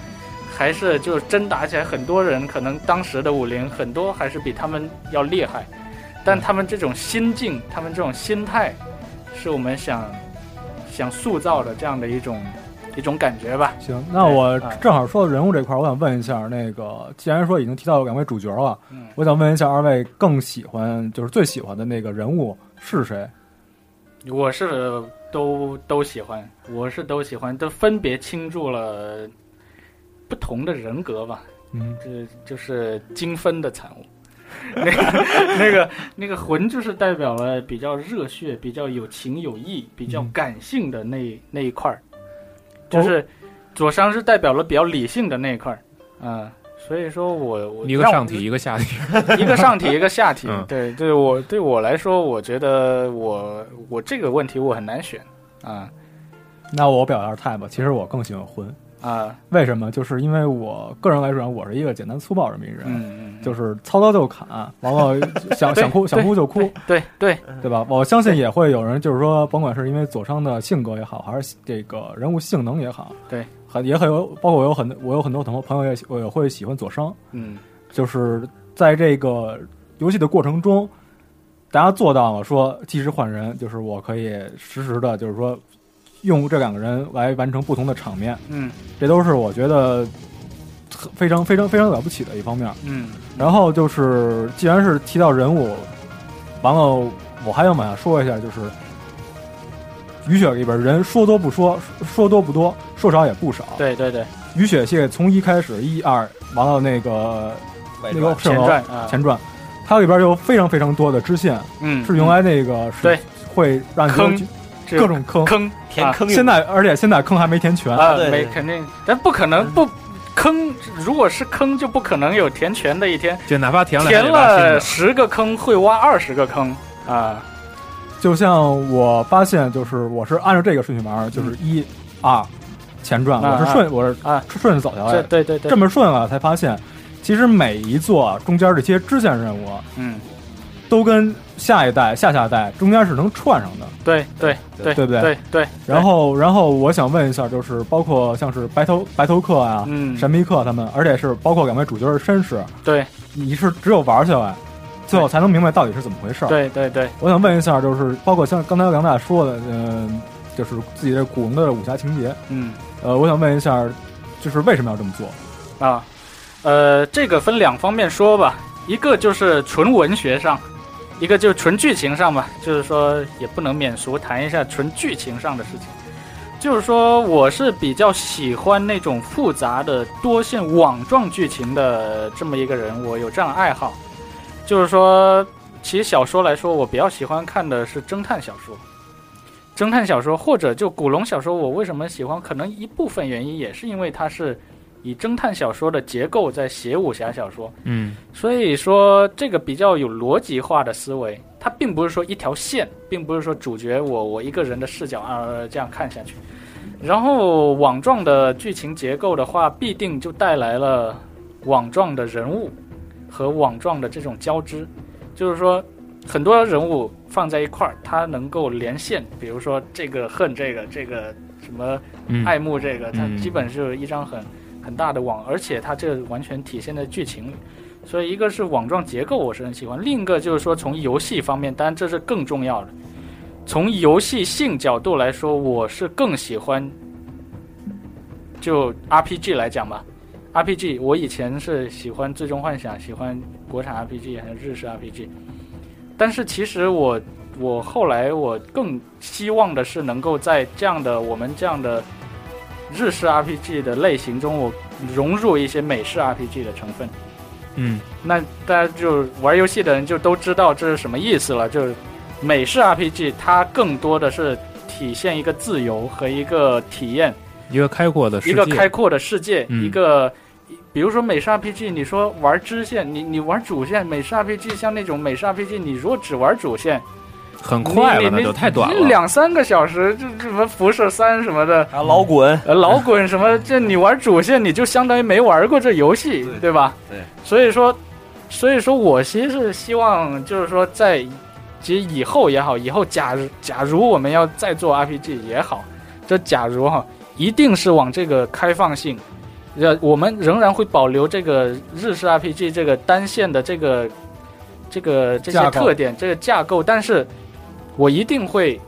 S6: 还是就是真打起来，很多人可能当时的武林很多还是比他们要厉害，但他们这种心境，他们这种心态，是我们想想塑造的这样的一种一种感觉吧。
S10: 行，那我
S6: 哎
S10: 正好说到人物这块儿，我想问一下，那个既然说已经提到两位主角了，
S6: 嗯
S10: 我想问一下二位更喜欢就是最喜欢的那个人物是谁？
S6: 我是都都喜欢，我是都喜欢，都分别倾注了不同的人格吧，
S10: 嗯，
S6: 这就是精分的产物。 [laughs] 那个、那个、那个魂，就是代表了比较热血、比较有情有义、比较
S10: 嗯哦
S6: 感性的那、那一块儿，就是左商是代表了比较理性的那一块儿，嗯、所以说我我
S1: 一个
S6: 让
S1: 上
S6: 我
S1: 体，一个下体，
S6: 一个上体，一个下体。
S1: 嗯
S6: 对，对我对我来说，我觉得我我这个问题我很难选啊
S10: 那我表达态吧，其实我更喜欢魂，
S6: 啊，
S10: 为什么？就是因为我个人来说，我是一个简单粗暴这么一人，
S6: 嗯嗯，
S10: 就是操刀就砍，
S6: [laughs]
S10: 完了想想
S6: 对
S10: 哭想哭就哭，
S6: 对嗯对，
S10: 对吧？我相信也会有人，就是说，甭管是因为佐商的性格也好，还是这个人物性能也好，
S6: 对，
S10: 很也很有，包括我有很多我有很多朋朋友也喜我也会喜欢佐商，
S6: 嗯
S10: 就是在这个游戏的过程中，大家做到了说即时换人，就是我可以实时的，就是说用这两个人来完成不同的场面，
S6: 嗯
S10: 这都是我觉得很非常非常非常了不起的一方面。
S6: 嗯
S10: 然后就是，既然是提到人物，完了我还想往下说一下，就是《雨雪》里边人说多不说，说多不多，说少也不少。，《
S6: 对对对，
S10: 雨雪》系列从一开始一二，完了那个
S11: 外传
S10: 那个
S6: 前
S10: 圣
S6: 传
S10: 楼
S6: 啊，
S10: 前传，它里边有非常非常多的支线，
S6: 嗯
S10: 是用来那个是
S6: 对
S10: 会让你
S6: 坑这
S10: 各种坑。
S6: 坑
S11: 填坑
S10: 现在而且现在坑还没填全，
S6: 啊，
S11: 对
S6: 没
S11: 对
S6: 肯定，咱不可能不坑，如果是坑就不可能有填全的一天，
S1: 就哪怕填了
S6: 填
S1: 还得挖新的
S6: 了十个坑会挖二十个坑啊，
S10: 就像我发现，就是我是按照这个顺序玩儿，就是一、二、前传，
S6: 嗯啊
S10: 我是顺，我是
S6: 啊
S10: 顺着走下
S6: 这
S10: 来，
S6: 对对对，
S10: 这么顺了才发现，其实每一座中间这些支线任务
S6: 嗯
S10: 都跟下一代、下下代中间是能串上的。
S6: 对对对
S10: 对不对
S6: 对对，
S10: 然后，然后我想问一下，就是包括像是白头白头客啊、
S6: 嗯
S10: 神秘客他们，而且是包括两位主角的身世，
S6: 对
S10: 你是只有玩下来，最后才能明白到底是怎么回事儿。
S6: 对对对，
S10: 我想问一下，就是包括像刚才梁大说的，嗯、就是自己的古龙的武侠情节，
S6: 嗯
S10: 呃，我想问一下，就是为什么要这么做？
S6: 啊，呃，这个分两方面说吧，一个就是纯文学上。一个就是纯剧情上吧，就是说也不能免俗谈一下纯剧情上的事情。就是说，我是比较喜欢那种复杂的多线网状剧情的这么一个人，我有这样爱好。就是说，其实小说来说，我比较喜欢看的是侦探小说，侦探小说或者就古龙小说。我为什么喜欢？可能一部分原因也是因为它是以侦探小说的结构在写武侠小说，
S1: 嗯
S6: 所以说，这个比较有逻辑化的思维，它并不是说一条线，并不是说主角我我一个人的视角啊、呃这样看下去。然后网状的剧情结构的话，必定就带来了网状的人物和网状的这种交织，就是说很多人物放在一块儿，它能够连线，比如说这个恨这个，这个什么
S1: 嗯，
S6: 爱慕这个，它
S1: 嗯
S6: 基本是一张很很大的网，而且它这完全体现在剧情里。所以一个是网状结构，我是很喜欢；另一个就是说从游戏方面，当然这是更重要的。从游戏性角度来说，我是更喜欢就 RPG 来讲吧。RPG 我以前是喜欢《最终幻想》，喜欢国产 RPG 还有日式 RPG，但是其实我我后来我更希望的是能够在这样的我们这样的日式 RPG 的类型中，我融入一些美式 RPG 的成分。
S1: 嗯
S6: 那大家就玩游戏的人就都知道这是什么意思了。就是美式 RPG 它更多的是体现一个自由和一个体验，
S1: 一个开阔的世界，
S6: 一个开阔的世界，
S1: 嗯
S6: 一个。比如说美式 RPG，你说玩支线，你你玩主线，美式 RPG 像那种美式 RPG，你如果只玩主线，
S1: 很快
S6: 你
S1: 了，
S6: 你
S1: 那
S6: 你
S1: 就太短
S6: 你
S1: 了。
S6: 两三个小时，就就什么辐射三什么的，
S11: 啊，老滚，
S6: 呃，老滚什么？这你玩主线，你就相当于没玩过这游戏，对吧？
S11: 对。
S6: 所以说，所以说我其实是希望，就是说在其实以后也好，以后假如假如我们要再做 RPG 也好，这假如哈，一定是往这个开放性，呃，我们仍然会保留这个日式 RPG 这个单线的这个这个这
S10: 架
S6: 些
S10: 构
S6: 特点，这个架构，但是我一定会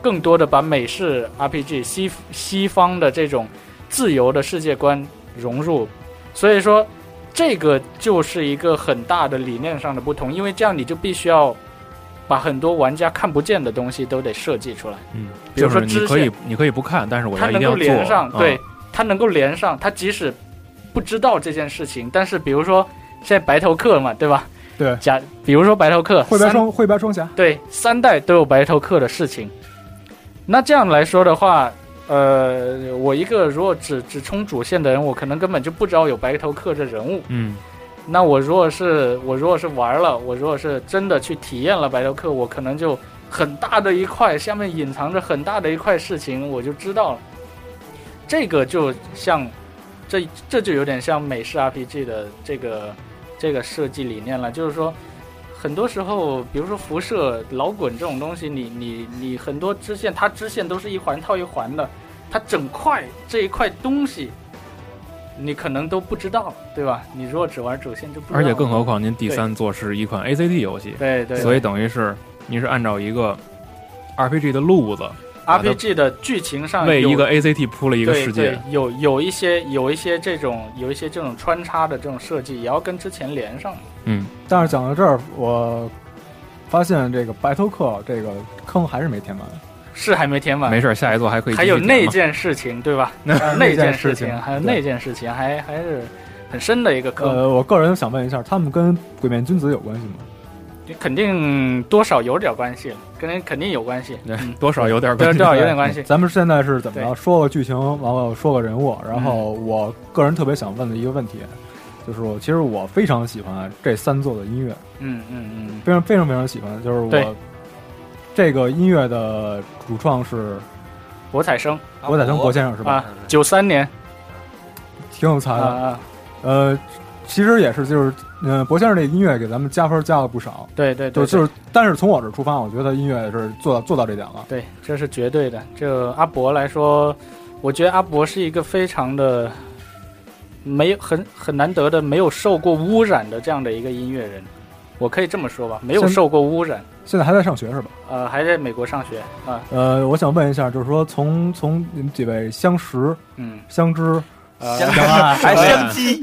S6: 更多的把美式 RPG 西西方的这种自由的世界观融入，所以说这个就是一个很大的理念上的不同，因为这样你就必须要把很多玩家看不见的东西都得设计出来，
S1: 嗯，
S6: 比
S1: 就
S6: 如
S1: 是
S6: 说
S1: 你
S6: 支
S1: 可以
S6: 线
S1: 你可以不看，但是我
S6: 它
S1: 要一
S6: 能
S1: 定
S6: 够
S1: 要
S6: 连
S1: 做。
S6: 上，
S1: 嗯
S6: 对，，它能够连上，它即使不知道这件事情，但是比如说现在白头客嘛，对吧？
S10: 对
S6: 假比如说白头客
S10: 会白
S6: 三
S10: 双会白双侠，
S6: 对，三代都有白头客的事情。那这样来说的话，呃，我一个如果只只冲主线的人，我可能根本就不知道有白头客这人物。
S1: 嗯，
S6: 那我如果是我如果是玩了，我如果是真的去体验了白头客，我可能就很大的一块下面隐藏着很大的一块事情，我就知道了。这个就像，这这就有点像美式 RPG 的这个这个设计理念了，就是说，很多时候，比如说辐射、老滚这种东西，你你你很多支线，它支线都是一环套一环的，它整块这一块东西，你可能都不知道，对吧？你如果只玩主线就不知道
S1: 而
S6: 了，
S1: 且更何况您第三作是一款 ACT 游戏，
S6: 对对，
S1: 所以等于是您是按照一个 RPG 的路子，
S6: RPG 的剧情上
S1: 为
S6: 啊有
S1: 一个 ACT 铺了一个
S6: 对
S1: 世
S6: 对
S1: 界。，
S6: 有有一些有一些这种有一些这种穿插的这种设计，也要跟之前连上。
S1: 嗯，
S10: 但是讲到这儿，我发现这个白头客这个坑还是没填满。
S6: 是还没填满，
S1: 没事儿，下一座还可以继
S6: 还
S1: 续
S6: 有
S1: 讲
S6: 那
S1: 嘛
S6: 件事情，对吧？还有
S10: 那
S6: 那
S10: 件
S6: 件
S10: 事
S6: 事
S10: 情
S6: 情，还有
S10: 对
S6: 那件事情，还还是很深的一个坑，
S10: 呃，我个人想问一下，他们跟鬼面君子有关系吗？
S6: 肯定多少有点关系，跟人肯定有关系，
S1: 对
S6: 嗯，
S1: 多少有点
S6: 多
S1: 关系。
S6: 少有点关系。
S10: 咱们现在是怎么着？
S6: 对嗯
S10: 说个剧情，完了说个人物，然后我个人特别想问的一个问题，就是我其实我非常喜欢这三座的音乐，
S6: 嗯嗯嗯，
S10: 非常非常非常喜欢。就是
S6: 对
S10: 我这个音乐的主创是
S6: 博采生
S10: 郭采生郭先生是吧？
S6: 啊，九三年
S10: 挺有才
S6: 啊
S10: 的。
S6: 啊，
S10: 呃，其实也是就是，嗯、呃，博先生这音乐给咱们加分加了不少。
S6: 对对
S10: 就
S6: 对，
S10: 就
S6: 对
S10: 是，但是从我这出发，我觉得音乐是做到做到这点了。
S6: 对，这是绝对的。这阿伯来说，我觉得阿伯是一个非常的没有很很难得的没有受过污染的这样的一个音乐人，我可以这么说吧，没有
S10: 现
S6: 受过污染。
S10: 现在还在上学是吧？
S6: 呃，还在美国上学啊，
S10: 呃，我想问一下，就是说从从你们几位相识、
S6: 嗯，
S10: 相知，
S6: 呃
S11: 相
S6: [laughs]
S10: 啊
S11: 还相机，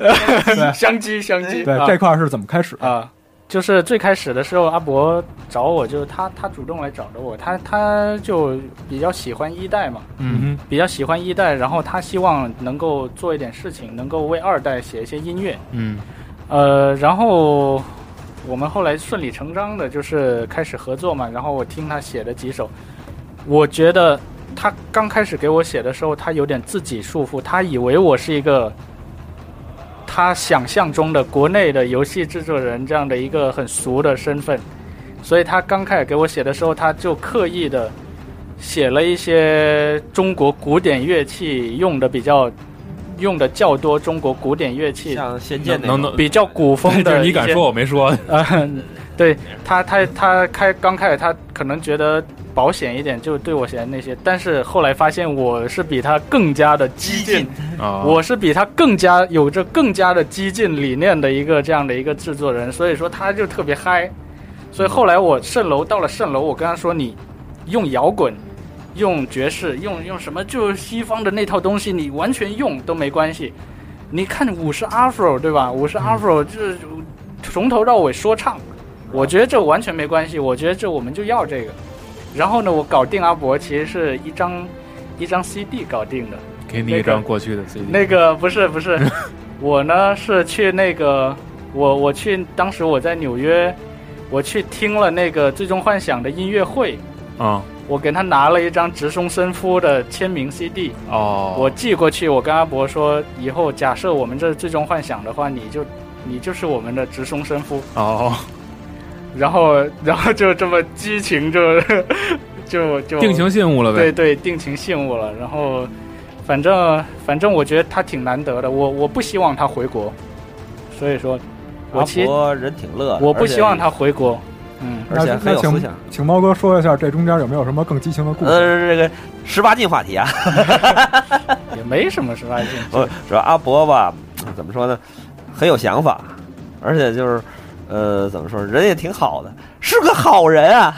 S6: 相机相机，
S10: 对、
S6: 啊
S10: 这块儿是怎么开始？
S6: 啊，就是最开始的时候，阿伯找我，就是他他主动来找的我，他他就比较喜欢一代嘛，
S1: 嗯
S6: 比较喜欢一代，然后他希望能够做一点事情，能够为二代写一些音乐，
S1: 嗯
S6: 呃，然后我们后来顺理成章的就是开始合作嘛，然后我听他写的几首，我觉得他刚开始给我写的时候，他有点自己束缚，他以为我是一个他想象中的国内的游戏制作人这样的一个很俗的身份，所以他刚开始给我写的时候，他就刻意的写了一些中国古典乐器用的比较。用的较多中国古典乐器
S11: 像《仙剑》那
S1: 能
S11: 种
S1: 能
S6: 比较古风
S1: [laughs] 就是
S6: 的一
S1: 你
S6: 些，
S1: 敢说我没说？
S6: 呃， [laughs] 对他，他他开刚开始他可能觉得保险一点，就对我写的那些，但是后来发现我是比他更加的激进，
S1: 啊，
S6: 我是比他更加有着更加的激进理念的一个这样的一个制作人，所以说他就特别嗨。所以后来我蜃楼到了蜃楼，我跟他说你用摇滚、用爵士、用用什么就是西方的那套东西，你完全用都没关系。你看五十 Afro 对吧？五十 Afro 就是从头到尾说唱，我觉得这完全没关系。我觉得这我们就要这个。然后呢，我搞定阿伯其实是一张一张 CD 搞定的。
S1: 给你一张过去的 CD。
S6: 那个不是不是，我呢是去那个我我去当时我在纽约，我去听了那个《最终幻想》的音乐会，
S1: 啊
S6: 我给他拿了一张直松伸夫的签名 CD，、
S1: 哦，
S6: 我寄过去，我跟阿伯说，以后假设我们这《最终幻想》的话，你就你就是我们的直松伸夫，
S1: 哦，
S6: 然后 [laughs] 然后就这么激情就 [laughs] 就就
S1: 定情信物了
S6: 对
S1: 呗。
S6: 对，定情信物了。然后，反正反正我觉得他挺难得的，我我不希望他回国，所以说，我其实
S11: 博人挺乐的，
S6: 我不
S11: 而且
S6: 希望他回国。嗯，
S11: 而且很
S10: 那
S11: 有思
S10: 请
S11: 想。
S10: 请猫哥说一下这中间有没有什么更激情的故事？
S11: 呃，这个十八禁话题啊，
S6: 也没什么十八禁。 [laughs]
S11: 呃，主要阿伯吧，嗯怎么说呢，很有想法，而且就是，呃，怎么说，人也挺好的，是个好人啊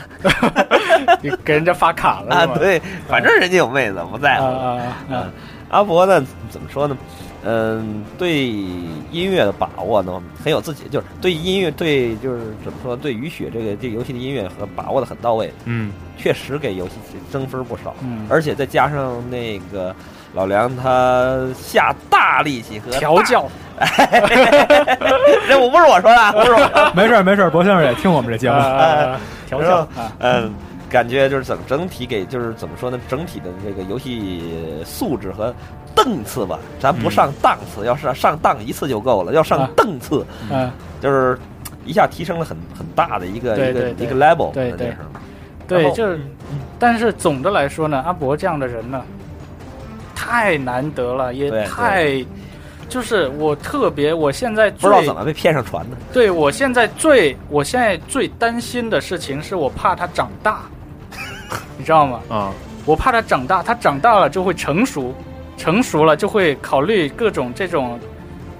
S11: [laughs]
S6: 你给人家发卡了
S11: 啊
S6: 是，吗
S11: 对，反正人家有妹子，不在
S6: 啊
S11: 乎。
S6: 啊啊！
S11: 阿伯呢，怎么说呢？嗯，对音乐的把握呢，很有自己，就是对音乐，对就是怎么说，对雨雪这个这个游戏的音乐和把握的很到位，
S1: 嗯，
S11: 确实给游戏增分不少。
S6: 嗯，
S11: 而且再加上那个老梁他下大 [laughs] 力气和
S6: 调教，
S11: 这我不是我说
S6: [laughs]
S11: 的啊，不是我说的
S10: 没事儿没
S11: [laughs]
S10: 事儿，博先生也听我们这节目。 [laughs]
S6: 啊调教啊，
S11: 嗯，感觉就是整整体给就是怎么说呢，整体的这个游戏素质和档次吧，咱不上档次，要是上档一次就够了，要上
S6: 啊
S11: 档次
S6: 嗯，
S11: 就是一下提升了很很大的一个
S6: 对
S11: 一个
S6: 对对
S11: 一个 level，
S6: 对
S11: 那
S6: 对
S11: 就是然
S6: 对，
S11: 后嗯
S6: 就是，但是总的来说呢，阿伯这样的人呢，太难得了，也
S11: 对
S6: 太，就是我特别，我现在
S11: 不知道
S6: 最
S11: 怎么被骗上船的，
S6: 对我现在最，我现在最担心的事情是我怕他长大， [laughs] 你知道吗？
S1: 啊，
S6: 我怕他长大，他长大了就会成熟，成熟了就会考虑各种这种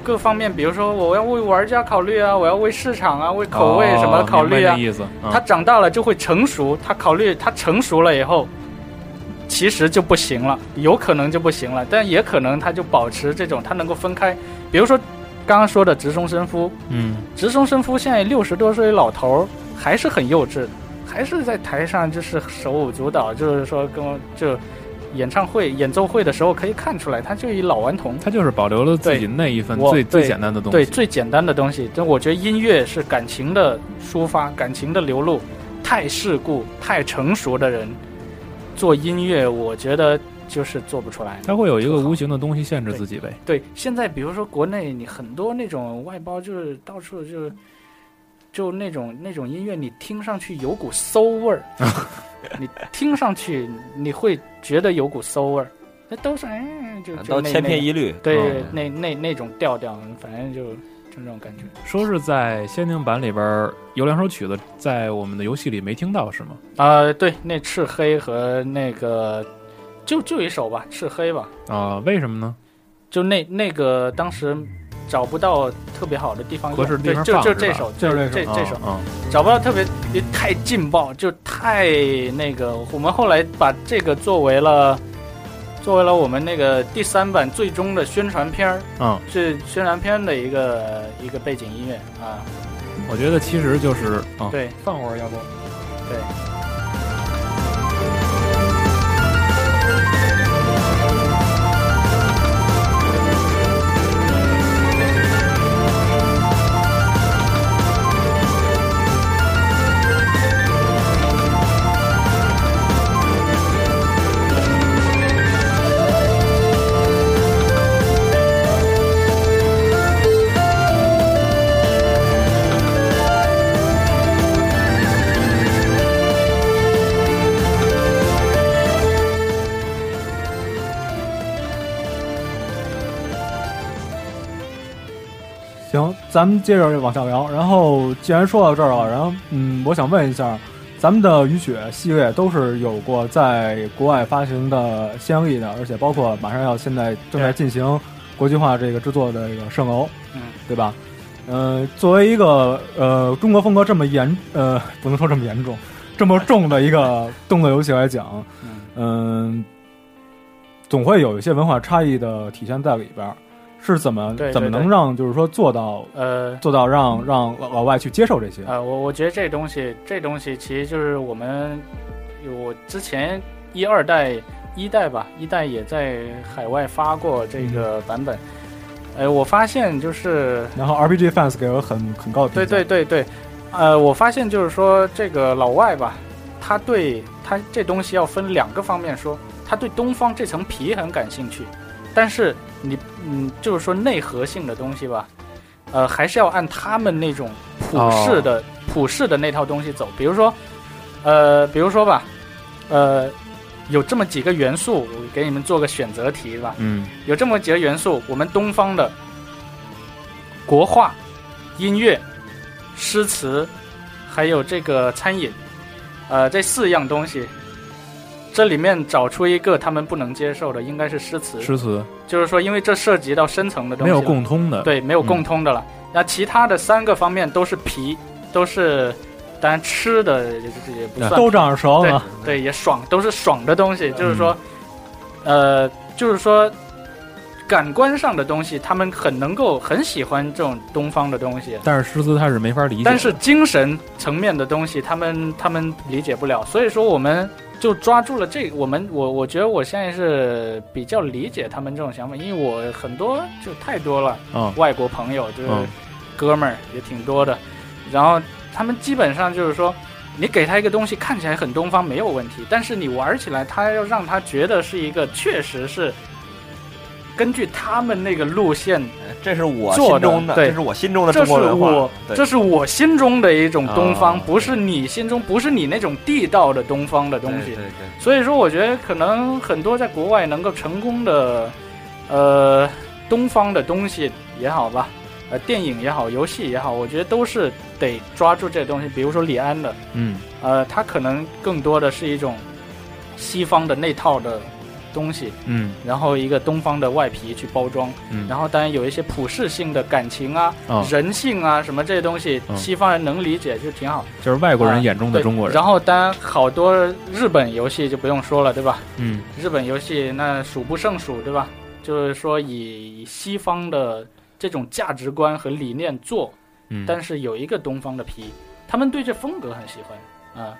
S6: 各方面，比如说我要为玩家考虑啊，我要为市场啊，为口味什么
S1: 哦
S6: 考虑
S1: 明白
S6: 啊。
S1: 那意思，嗯
S6: 他长大了就会成熟，他考虑他成熟了以后，其实就不行了，有可能就不行了，但也可能他就保持这种，他能够分开。比如说刚刚说的直中生夫，
S1: 嗯
S6: 直中生夫现在六十多岁老头儿还是很幼稚，还是在台上就是手舞足蹈，就是说跟我就演唱会演奏会的时候可以看出来，他就一老顽童。
S1: 他就是保留了自己
S6: 对
S1: 那一份
S6: 我
S1: 最最
S6: 对
S1: 简单的东西，
S6: 对最简单的东西，但我觉得音乐是感情的抒发，感情的流露。太世故、太成熟的人做音乐，我觉得就是做不出来。
S1: 他会有一个无形的东西限制
S6: 对
S1: 自己呗。
S6: 对，现在比如说国内，你很多那种外包，就是到处就是就那种那种音乐，你听上去有股馊
S1: [laughs]
S6: 味儿，你听上去你会觉得有股馊味儿，那都是嗯，就就
S11: 啊都
S6: 那
S11: 千
S6: 那
S11: 篇
S6: 个
S11: 一律。
S6: 对
S11: 嗯，
S6: 那那那种调调，反正就就那种感觉。
S1: 说是在限定版里边儿有两首曲子在我们的游戏里没听到是吗？
S6: 啊，对，那赤黑和那个，就就一首吧，赤黑吧，
S1: 啊、为什么呢？
S6: 就那那个当时找不到特别好的地方用，
S1: 合适的地方
S6: 对就
S1: 放
S6: 就是这
S1: 吧
S6: 首，
S10: 就是
S6: 这
S10: 这
S1: 啊
S6: 这首
S1: 啊，
S6: 找不到特别太劲爆，就太那个。我们后来把这个作为了。作为了我们那个第三版最终的宣传片儿，
S1: 嗯，
S6: 是宣传片的一个一个背景音乐啊，
S1: 我觉得其实就是啊，
S6: 对，
S1: 放会儿要不？
S10: 行，咱们接着往下聊。然后既然说到这儿了，然后嗯，我想问一下，咱们的雨雪系列都是有过在国外发行的先例的，而且包括马上要现在正在进行国际化这个制作的这个圣楼，
S6: 嗯，
S10: 对吧？呃，作为一个呃中国风格这么严呃不能说这么严重，这么重的一个动作游戏来讲，
S6: 嗯
S10: 嗯、总会有一些文化差异的体现在里边儿。是怎么
S6: 对对
S10: 怎么
S6: 对
S10: 能让就是说做到
S6: 呃，
S10: 做到让让老老外去接受这些。
S6: 啊，我我觉得这东西，这东西其实就是我们，我之前一二代、一代吧，一代也在海外发过这个版本。哎、我发现就是，
S10: 然后 RPG fans 给我很很高的
S6: 对
S10: 评价，
S6: 对对对，呃，我发现就是说这个老外吧，他对他这东西要分两个方面说，他对东方这层皮很感兴趣，但是你嗯，就是说内核性的东西吧，呃，还是要按他们那种普
S10: 哦
S6: 世的、普世的那套东西走。比如说，呃，比如说吧，呃，有这么几个元素，我给你们做个选择题吧。
S1: 嗯
S6: 有这么几个元素，我们东方的国画音乐、诗词，还有这个餐饮，呃，这四样东西，这里面找出一个他们不能接受的，应该是诗词。
S1: 诗词
S6: 就是说，因为这涉及到深层的东
S1: 没
S6: 西了，
S1: 有共通的，，
S6: 啊对，没有
S1: 嗯
S6: 共通的了。那、其他的三个方面都是皮，都是当然吃的也也不算，
S10: 都长着舌
S6: 对
S10: 头，
S6: 对也爽，都是爽的东西。就是说，呃，就是说，感官上的东西，他们很能够很喜欢这种东方的东西。
S1: 但是诗词他是没法理解的，
S6: 但是精神层面的东西，他们他们理解不了，所以说我们就抓住了这我们我我觉得我现在是比较理解他们这种想法，因为我很多就太多了，
S1: 嗯
S6: 外国朋友就是
S1: 嗯
S6: 哥们儿也挺多的，然后他们基本上就是说，你给他一个东西看起来很东方没有问题，但是你玩起来，他要让他觉得是一个确实是根据他们那个路线
S11: 这是我
S6: 做
S11: 心
S6: 的
S11: 中的，
S6: 对
S11: 这是我心中的
S6: 这
S11: 中
S6: 是
S11: 国文化
S6: 我。
S11: 对
S6: 这是我心中的一种东方，
S1: 啊
S6: 不是你心中，不是你那种地道的东方的东西。
S11: 对对
S6: 所以说，我觉得可能很多在国外能够成功的，呃，东方的东西也好吧，呃，电影也好，游戏也好，我觉得都是得抓住这东西。比如说李安的，
S1: 嗯，
S6: 呃，他可能更多的是一种西方的那套的东西，
S1: 嗯
S6: 然后一个东方的外皮去包装，
S1: 嗯
S6: 然后当然有一些普世性的感情啊、
S1: 嗯
S6: 人性啊什么这些东西，
S1: 嗯
S6: 西方人能理解就挺好。
S1: 就是外国人眼中的
S6: 啊对
S1: 中国人，
S6: 然后当然好多日本游戏就不用说了，对吧？
S1: 嗯
S6: 日本游戏那数不胜数，对吧？就是说以西方的这种价值观和理念做，
S1: 嗯，
S6: 但是有一个东方的皮，他们对这风格很喜欢啊、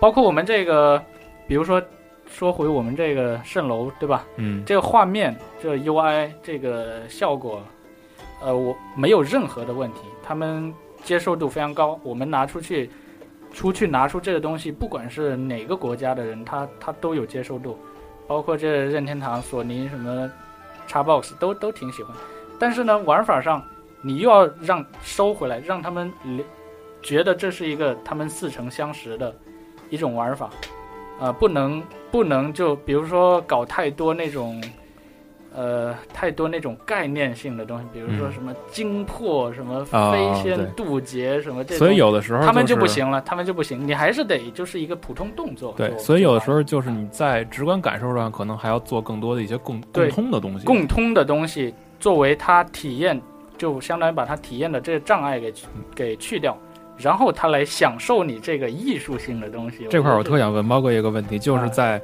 S6: 包括我们这个，比如说说回我们这个蜃楼，对吧？
S1: 嗯
S6: 这个画面、这个 UI、这个效果，呃，我没有任何的问题，他们接受度非常高。我们拿出去，出去拿出这个东西，不管是哪个国家的人，他他都有接受度，包括这任天堂、索尼什么，Xbox 都都挺喜欢。但是呢，玩法上你又要让收回来，让他们了觉得这是一个他们似曾相识的一种玩法，啊、不能不能就比如说搞太多那种，呃，太多那种概念性的东西，比如说
S1: 嗯
S6: 什么惊破、什么
S1: 啊
S6: 飞
S1: 对
S6: 仙渡劫什么这种，
S1: 所以有的时候
S6: 他们就不
S1: 是
S6: 行了，他们就不行，你还是得就是一个普通动作。
S1: 对，
S6: 就
S1: 所以有的时候
S6: 就
S1: 就是你在直观感受上，可能还要做更多的一些共共
S6: 对
S1: 通的东西。
S6: 共通的东西作为他体验，就相当于把他体验的这个障碍给给去掉，然后他来享受你这个艺术性的东西。
S1: 这块儿我
S6: 我觉得
S1: 特
S6: 是
S1: 想问猫哥一个问题，就是
S6: 啊嗯
S1: 在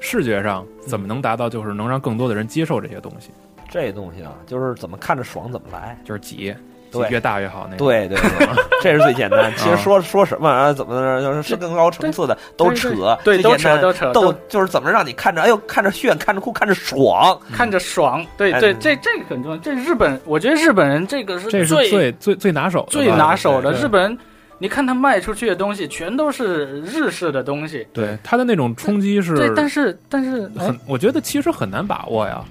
S1: 视觉上怎么能达到，就是能让更多的人接受这些东西，
S11: 这东西啊，就是怎么看着爽怎么来。
S1: 就是挤，挤
S11: 对
S1: 越大越好那种。
S11: 对对
S6: [laughs]
S11: 对，这是最简单。其实说说什么啊，怎么着，就是是更高层次的都扯，
S6: 对
S11: 最
S6: 都
S11: 简
S6: 扯
S11: 单
S6: 都扯
S11: 都
S6: 都
S11: 就是怎么让你看着，哎呦，看着炫，看着酷，看着爽。
S6: 看着爽，对
S11: 哎
S6: 对，这这个很重要。这日本，我觉得日本人这个是
S1: 这是
S6: 最
S1: 最最最拿手的
S6: 最
S1: 吧
S6: 拿手的。
S1: 对
S6: 日本人，你看他卖出去的东西全都是日式的东西，
S1: 对它的那种冲击是
S6: 对，但是但是哎
S1: 很，我觉得其实很难把握呀。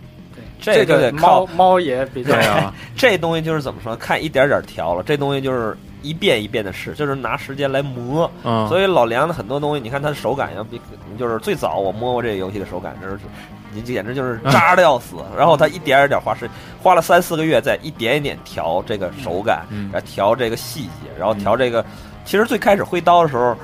S11: 这就
S6: 个
S11: 得
S6: 猫
S11: 靠
S6: 猫也比较
S1: 对啊，
S11: 这东西就是怎么说，看一点点调了。这东西就是一遍一遍的试，就是拿时间来磨。
S1: 嗯，
S11: 所以老梁的很多东西，你看他的手感要比，就是最早我摸过这个游戏的手感，真是，你简直就是渣的要死。然后他一点一点花时，花了三四个月，再一点一点调这个手感，
S1: 嗯
S11: 然后调这个细节，然后调这个。其实最开始挥刀的时候，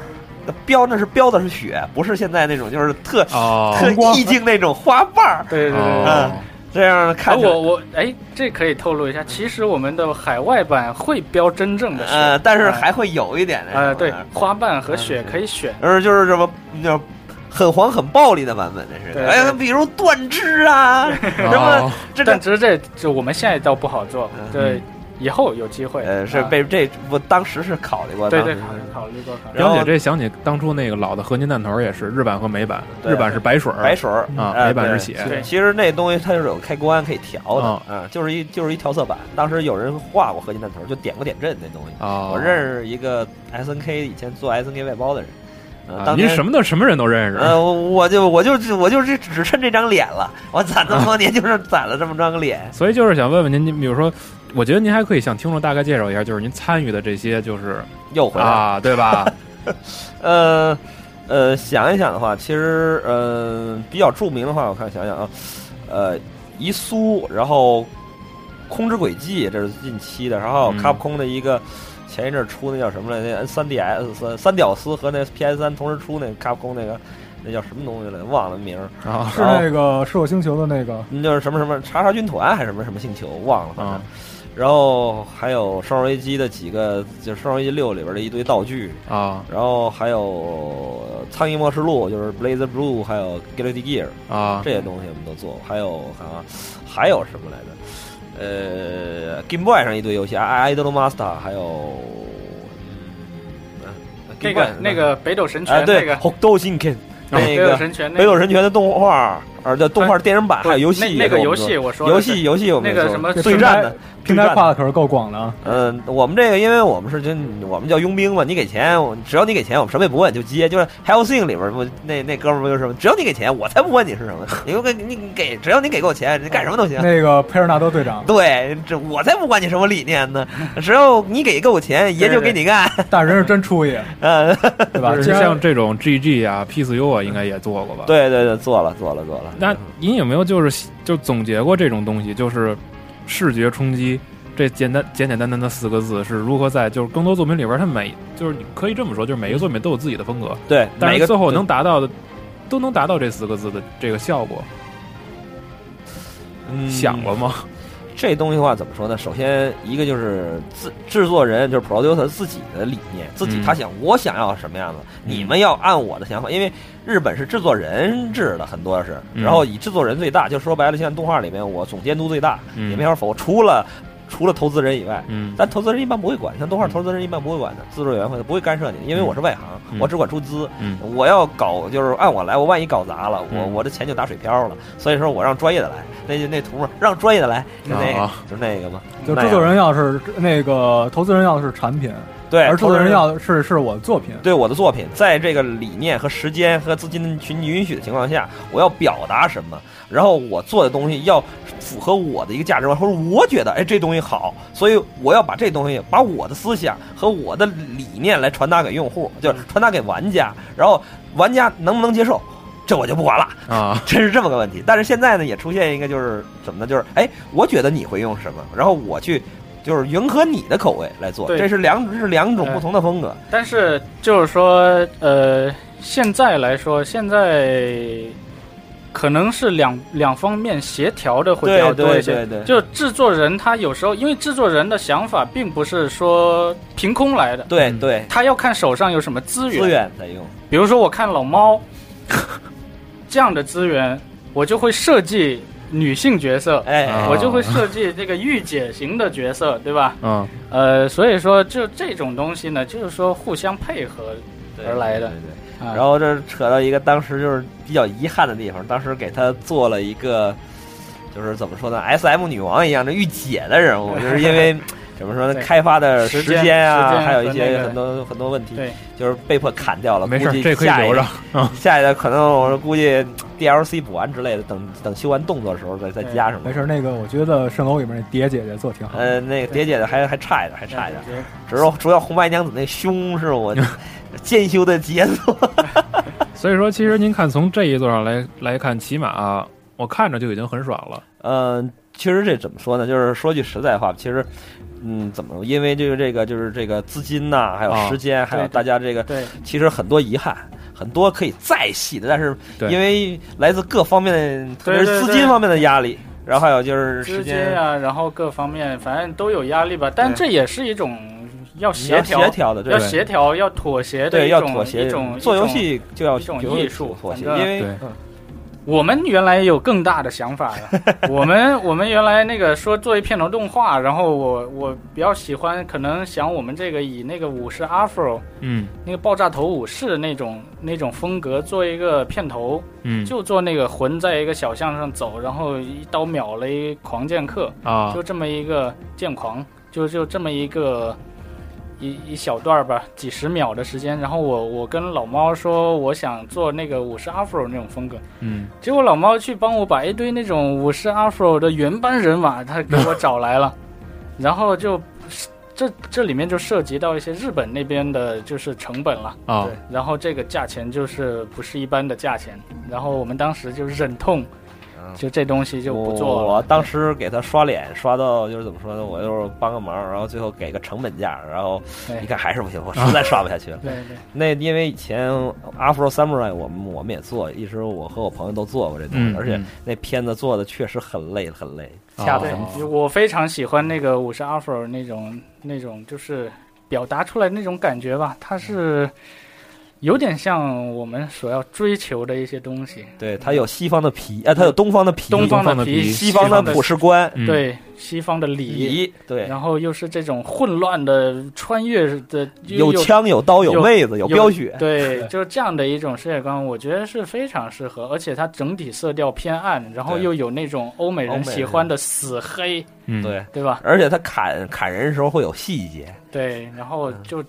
S11: 那标那是标的是血，不是现在那种就是特、 [laughs]
S1: 哦，
S11: 特意境那种花瓣儿，
S6: 对对对对。
S1: 哦
S11: 嗯这样
S6: 哎，
S11: 看起来
S6: 我我哎，这可以透露一下，其实我们的海外版会标真正的雪，啊
S11: 呃，但是还嗯会有一点那
S6: 呃哎
S11: 种
S6: 对
S11: 的
S6: 花瓣和雪可以选，
S11: 而就是什么叫很黄很暴力的版本，那
S6: 对
S11: 是。哎呀，
S6: 对
S11: 比如断肢啊，
S1: [laughs]
S11: 什么
S1: 哦
S11: 这
S6: 但
S11: 个。
S6: 只是这这我们现在倒不好做，
S11: 嗯
S6: 对，以后有机会
S11: 呃，是
S6: 啊
S11: 被这我当时是考虑过，
S6: 对
S11: 当
S6: 对
S11: 时
S6: 考虑考虑过考虑过
S11: 然
S1: 表
S11: 后
S1: 姐这想起当初那个老的合金弹头也是日版和美版，
S11: 对
S1: 日版是白水儿，
S11: 白水儿
S1: 啊，
S11: 哎
S1: 美版
S11: 对
S1: 是血，
S6: 对
S11: 其实那东西它是有开关可以调的，
S1: 哦
S11: 啊，就是一就是一调色板。当时有人画过合金弹头，就点过点阵那东西。
S1: 哦，
S11: 我认识一个 S N K 以前做 S N K 外包的人，呃，
S1: 啊，
S11: 当
S1: 您
S11: 年
S1: 什么的什么人都认识，
S11: 呃，我我就我就我就是只剩这张脸了，我攒这么多
S1: 啊
S11: 年就是攒了这么张个脸。
S1: 所以就是想问问您，您比如说，我觉得您还可以向听众大概介绍一下，就是您参与的这些，就是
S11: 又回来了，
S1: 啊，对吧？
S11: 呃呃，想一想的话，其实呃比较著名的话，我看想想啊，呃，遗苏，然后空之轨迹》，这是近期的，然后
S1: 嗯
S11: 卡普空的一个前一阵儿出那叫什么来着？那三 DS 三三屌丝和那 PS 三同时出那卡普空那个那叫什么东西来着？忘了名儿，
S1: 啊
S10: 是那个射手星球的那个，
S11: 那就是什么什么查查军团还是什么什么星球，忘了。反正
S1: 啊
S11: 然后还有《生化危机》的几个，就是《生化危机六》里边的一堆道具，
S1: 啊
S11: 然后还有呃《苍蝇末世录》，就是《Blaze Blue》，还有《Galaxy Gear》
S1: 啊
S11: 这些东西我们都做过。还有我看啊，还有什么来着？呃，Game Boy 上一堆游戏，啊《Idol Master》，还有嗯，呃
S6: 那
S11: Game
S6: 个
S11: Boy
S6: 那个北斗神
S11: 哎
S6: 拳，那
S11: 对，
S6: 个哦
S11: 《红豆新 King》那
S6: 北斗
S11: 个
S6: 神拳，
S11: 北斗神拳的动画，呃，叫动画电影版，
S6: 不
S11: 还有游戏
S6: 那那
S11: 也
S6: 个
S11: 是我
S6: 游
S11: 们做
S6: 戏，我说的
S11: 游
S6: 是
S11: 戏游戏我们
S6: 那
S11: 也
S6: 个
S11: 做
S6: 什
S11: 过
S6: 么
S11: 对战的
S10: 平
S11: 对
S10: 台
S11: 战
S10: 跨的可是够广的啊。
S11: 嗯，我们这个，因为我们是就我们叫佣兵嘛，你给钱，我只要你给钱，我们什么也不问就接。就是《Hell Sing》里边不那那哥们儿不就是什么，只要你给钱，我才不问你是 [laughs] 什么，你给你你给，只要你给够钱，你干什么都行。
S10: 那个佩尔纳多队
S11: [laughs]
S10: 长，
S11: 对，这我才不管你什么理念 [laughs] 呢，只要你给够钱，爷就给你干。
S10: 但人是真出息，
S11: 嗯，
S10: 对吧
S1: 不？是
S10: 既然
S1: 像这种 GG 啊、PCU 啊，应该也做过吧？。
S11: 对对对，做了做了做了。
S1: 那您有没有就是就总结过这种东西，就是视觉冲击这简单简简单单的四个字是如何在就是更多作品里边，它每就是你可以这么说，就是每一个作品都有自己的风格，
S11: 对，
S1: 但
S11: 每
S1: 是
S11: 个
S1: 最后
S11: 对
S1: 能达到的都能达到这四个字的这个效果，
S11: 嗯
S1: 想过吗？
S11: 这东西的话怎么说呢？首先一个就是制制作人就是 producer 自己的理念，自己
S1: 嗯
S11: 他想我想要什么样子，
S1: 嗯
S11: 你们要按我的想法，因为日本是制作人制的很多是，
S1: 嗯
S11: 然后以制作人最大，就说白了，像动画里面我总监督最大，
S1: 嗯
S11: 也没法否，除了除了投资人以外。
S1: [laughs] 嗯
S11: 但投资人一般不会管，像动画投资人一般不会管的，制作委员会不会干涉你，因为我是外行，
S1: 嗯
S11: 我只管出资，
S1: [laughs] 嗯
S11: 我要搞就是按我来，我万一搞砸了，我
S1: 嗯
S11: 我这钱就打水漂了，所以说我让专业的来，那就那图嘛，让专业的来，就那个
S1: 啊
S11: 就是那个嘛，
S10: 就
S11: 那
S10: 制
S11: 样
S10: 作人要是那个投资人要的是产品，
S11: 对，
S10: 而制作
S11: 投资
S10: 人要是是我的作品，
S11: 对我的作品，在这个理念和时间和资金允允许的情况下，我要表达什么，然后我做的东西要符合我的一个价值观，或者我觉得哎这东西好，所以我要把这东西把我的思想和我的理念来传达给用户，就是传达给玩家，然后玩家能不能接受，这我就不管了。
S1: 啊
S11: 真是这么个问题。但是现在呢，也出现一个就是怎么呢？就是哎，我觉得你会用什么，然后我去就是迎合你的口味来做，
S6: 对
S11: 这是两这是两种
S6: 哎
S11: 不同的风格。
S6: 但是就是说，呃，现在来说，现在可能是两两方面协调的会比较
S11: 对
S6: 多一
S11: 对
S6: 些。
S11: 对对，
S6: 就制作人他有时候，因为制作人的想法并不是说凭空来的，
S11: 对
S1: 嗯
S11: 对
S6: 他要看手上有什么资源。
S11: 资源在用，
S6: 比如说，我看老猫这样的资源，我就会设计女性角色，
S11: 哎
S1: 啊，
S6: 我就会设计这个御姐型的角色，对吧？
S1: 嗯
S6: 呃，所以说就这种东西呢，就是说互相配合
S11: 对
S6: 而来的
S11: 对对对
S6: 啊。
S11: 然后这扯到一个当时就是比较遗憾的地方，当时给他做了一个，就是怎么说呢，S M 女王一样的御姐的人物，就是
S6: [laughs]
S11: 因为怎么说呢，
S6: 对
S11: 开发的
S6: 时
S11: 时
S6: 间
S11: 间
S6: 时
S11: 啊，
S6: 间
S11: 还有一
S6: 和那
S11: 些
S6: 个
S11: 很多很多问题，
S6: 对，
S11: 就是被迫砍掉了。
S1: 没事
S11: 估计
S1: 这可以
S11: 下一
S1: 留着
S11: 代 [laughs] 下一代可能我估
S1: [laughs]
S11: 计 DLC 补完之类的，等等修完动作的时候再再加上吧。
S10: 没事儿。那个我觉得蜃楼里面那蝶姐姐做挺好的，
S11: 呃，那个蝶姐的还还差一点，还差一点。只是主要红白娘子那胸是
S1: [laughs]
S11: 我兼修的杰 [laughs] 作。
S1: 所以说，其实您看从这一座上来来看，起码、我看着就已经很爽了。
S11: 嗯，其实这怎么说呢？就是说句实在话，其实，嗯，怎么？因为就是这个，就是这个资金呐、还有
S1: 啊
S11: 时间，还有
S6: 对
S11: 大家这个，
S6: 对，
S11: 其实很多遗憾，很多可以再细的，但是
S1: 对
S11: 因为来自各方面，特
S6: 对
S11: 别
S6: 对
S11: 是资
S6: 对
S11: 金方面的压力，然后还有就是时
S6: 资金
S11: 间
S6: 啊，然后各方面反正都有压力吧，但
S11: 对
S6: 这也是一种要
S11: 你
S6: 协
S11: 要
S6: 调，
S11: 协调的，对
S6: 要协调，要妥协的
S11: 对，
S6: 一
S11: 要
S6: 种
S11: 妥协
S6: 一种。
S11: 做
S6: 一
S11: 游
S6: 种
S11: 戏就要
S6: 一种
S11: 就要
S6: 艺术
S11: 妥协，
S6: 反正
S11: 因为
S1: 对
S11: 嗯
S6: 我们原来有更大的想法的， [laughs] 我们我们原来那个说做一片头动画，然后我我比较喜欢，可能想我们这个以那个武士 Afro
S1: 嗯
S6: 那个爆炸头武士那种那种风格做一个片头，
S1: 嗯
S6: 就做那个魂在一个小巷上走，然后一刀秒了一狂剑客，
S1: 啊
S6: 就这么一个剑狂，就就这么一个一一小段儿吧，几十秒的时间。然后我我跟老猫说，我想做那个武士 Afro 那种风格，
S1: 嗯
S6: 结果老猫去帮我把一堆那种武士 Afro 的原班人马，他给我找来了， [laughs] 然后就这这里面就涉及到一些日本那边的就是成本了。
S1: 啊
S6: 对，然后这个价钱就是不是一般的价钱，然后我们当时就忍痛，
S11: 嗯
S6: 就这东西就不做
S11: 我
S6: 了。
S11: 当时给他刷脸，刷到就是怎么说呢，我就是帮个忙，然后最后给个成本价，然后
S6: 对
S11: 一看还是不行，我实在刷不下
S6: [laughs]
S11: 去了。
S6: 对对，
S11: 那因为以前 Afro Samurai 我们我们也做，一直我和我朋友都做过这东西，
S1: 嗯
S11: 而且那片子做的确实很累很累，
S1: 哦
S11: 恰到什么
S6: 对，我非常喜欢那个五十 Afro 那种那种就是表达出来那种感觉吧，它是有点像我们所要追求的一些东西，
S11: 对，它有西方的皮，啊，它有东方的皮，
S6: 东
S1: 方
S6: 的
S1: 的皮
S6: 皮，
S11: 西方的普世观，
S1: 嗯，
S6: 对西方的礼，
S11: 礼，对，
S6: 然后又是这种混乱的穿越的，又
S11: 有枪有刀有
S6: 有
S11: 妹子
S6: 有
S11: 有飙血，
S6: 对，就是这样的一种世界观，我觉得是非常适合，而且它整体色调偏暗，然后
S11: 对
S6: 又有那种欧美
S11: 欧
S6: 人
S11: 美
S6: 喜
S11: 人
S6: 欢的死黑，
S1: 嗯，
S11: 对，
S6: 对吧？
S11: 而且他砍砍人的时候会有细节，
S6: 对，然后
S11: 嗯
S6: 就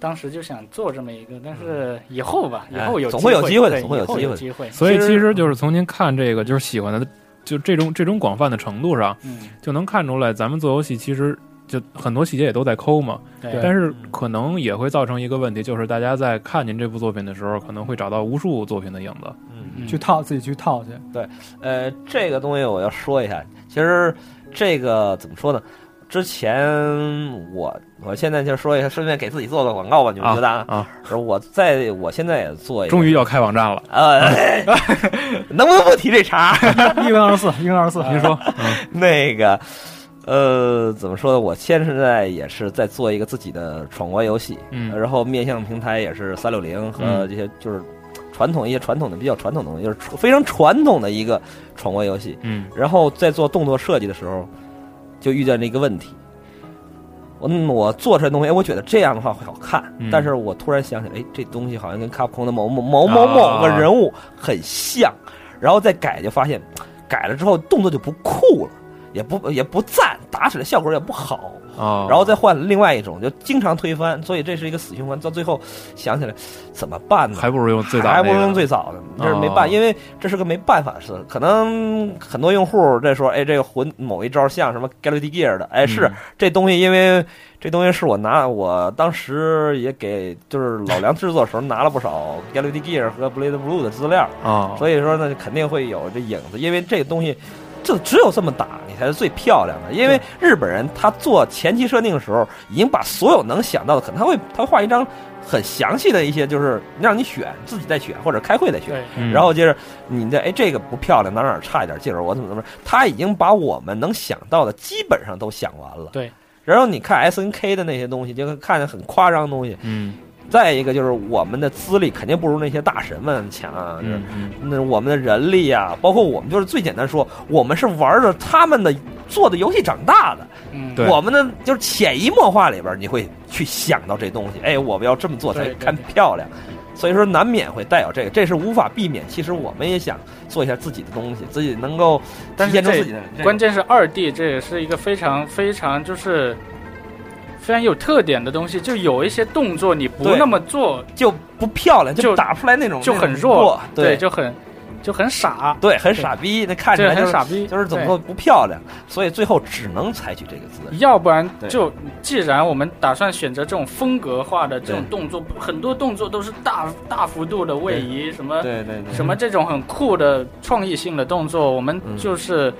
S6: 当时就想做这么一个，但是以后吧，以
S11: 哎
S6: 后有
S11: 总会有机会的
S6: 对
S11: 总会有
S6: 以后
S11: 机会
S6: 有
S11: 的
S6: 机会，
S1: 所以
S11: 其实
S1: 其实就是从您看这个就是喜欢的，就这种这种广泛的程度上，
S6: 嗯，
S1: 就能看出来，咱们做游戏其实就很多细节也都在抠嘛。
S6: 对，
S1: 但是
S11: 嗯
S1: 可能也会造成一个问题，就是大家在看您这部作品的时候，可能会找到无数作品的影子。
S11: 嗯，
S6: 嗯
S10: 去套自己去套去， [laughs]
S11: 呃，这个东西我要说一下，其实这个怎么说呢？之前我我现在就说一下，顺便给自己做个广告吧，你们
S1: 啊
S11: 觉得啊？
S1: 啊，
S11: 是我在我现在也做一个，
S1: 终于要开网站了，
S11: [laughs] 呃，能不能不提这茬儿？
S10: 一跟二十四，一跟二十四，
S1: 您说，
S11: [laughs] 那个，呃，怎么说呢？我现在也是在做一个自己的闯关游戏，
S1: 嗯
S11: 然后面向平台也是三六零和
S1: 嗯
S11: 这些就是传统一些传统的比较传统的东西，就是非常传统的一个闯关游戏。
S1: 嗯
S11: 然后在做动作设计的时候，就遇见了一个问题。我嗯我做出来的东西，哎，我觉得这样的话会好看，
S1: 嗯
S11: 但是我突然想起来，哎，这东西好像跟卡普空的某某某某某个
S1: 啊
S11: 人物很像，然后再改就发现，改了之后动作就不酷了，也不也不赞，打起来效果也不好，
S1: 哦，
S11: 然后再换另外一种，就经常推翻，所以这是一个死循环。到最后想起来怎么办呢？
S1: 还不如用最早那
S11: 还不如用
S1: 个，
S11: 最早的，这是没
S1: 哦
S11: 办，因为这是个没办法的事。可能很多用户这说，哎，这个魂某一招像什么 Galaxy Gear 的，哎，是、
S1: 嗯
S11: 这东西，因为这东西是我拿，我当时也给就是老梁制作的时候拿了不少 Galaxy Gear 和 Blade Blue 的资料，
S1: 哦，
S11: 所以说呢，肯定会有这影子，因为这个东西。就只有这么打，你才是最漂亮的。因为日本人他做前期设定的时候，已经把所有能想到的，可能他会他会画一张很详细的一些，就是让你选，自己再选或者开会再选。
S6: 对，
S1: 嗯
S11: 然后接着你的哎，这个不漂亮，哪哪儿差一点劲儿，我怎么怎么着，他已经把我们能想到的基本上都想完了。
S6: 对。
S11: 然后你看 S N K 的那些东西，就看着很夸张的东西。
S1: 嗯
S11: 再一个就是我们的资历肯定不如那些大神们强啊，就是
S1: 嗯嗯
S11: 那我们的人力呀、包括我们就是最简单说，我们是玩着他们的做的游戏长大的，
S6: 嗯，
S1: 对
S11: 我们的就是潜移默化里边儿你会去想到这东西，哎，我们要这么做才
S6: 对对
S11: 看漂亮，所以说难免会带有这个，这是无法避免。其实我们也想做一下自己的东西，自己能够体
S6: 但是
S11: 现出
S6: 这
S11: 自己的这个
S6: 关键是二 D，这也是一个非常非常就是非常有特点的东西，就有一些动作你不
S11: 对
S6: 那么做
S11: 就不漂亮，
S6: 就
S11: 打不出来那种
S6: 就很
S11: 那种弱，
S6: 对，
S11: 对，
S6: 就很就很傻，
S11: 对，很傻逼，那看起
S6: 这
S11: 来就
S6: 很
S11: 是
S6: 傻逼，
S11: 就是怎么说不漂亮，所以最后只能采取这个姿势。
S6: 要不然
S11: 对
S6: 就，既然我们打算选择这种风格化的这种
S11: 对
S6: 动作，很多动作都是大大幅度的位移，什么
S11: 对对对
S6: 什么这种很酷的创意性的动作，我们
S11: 嗯
S6: 就是、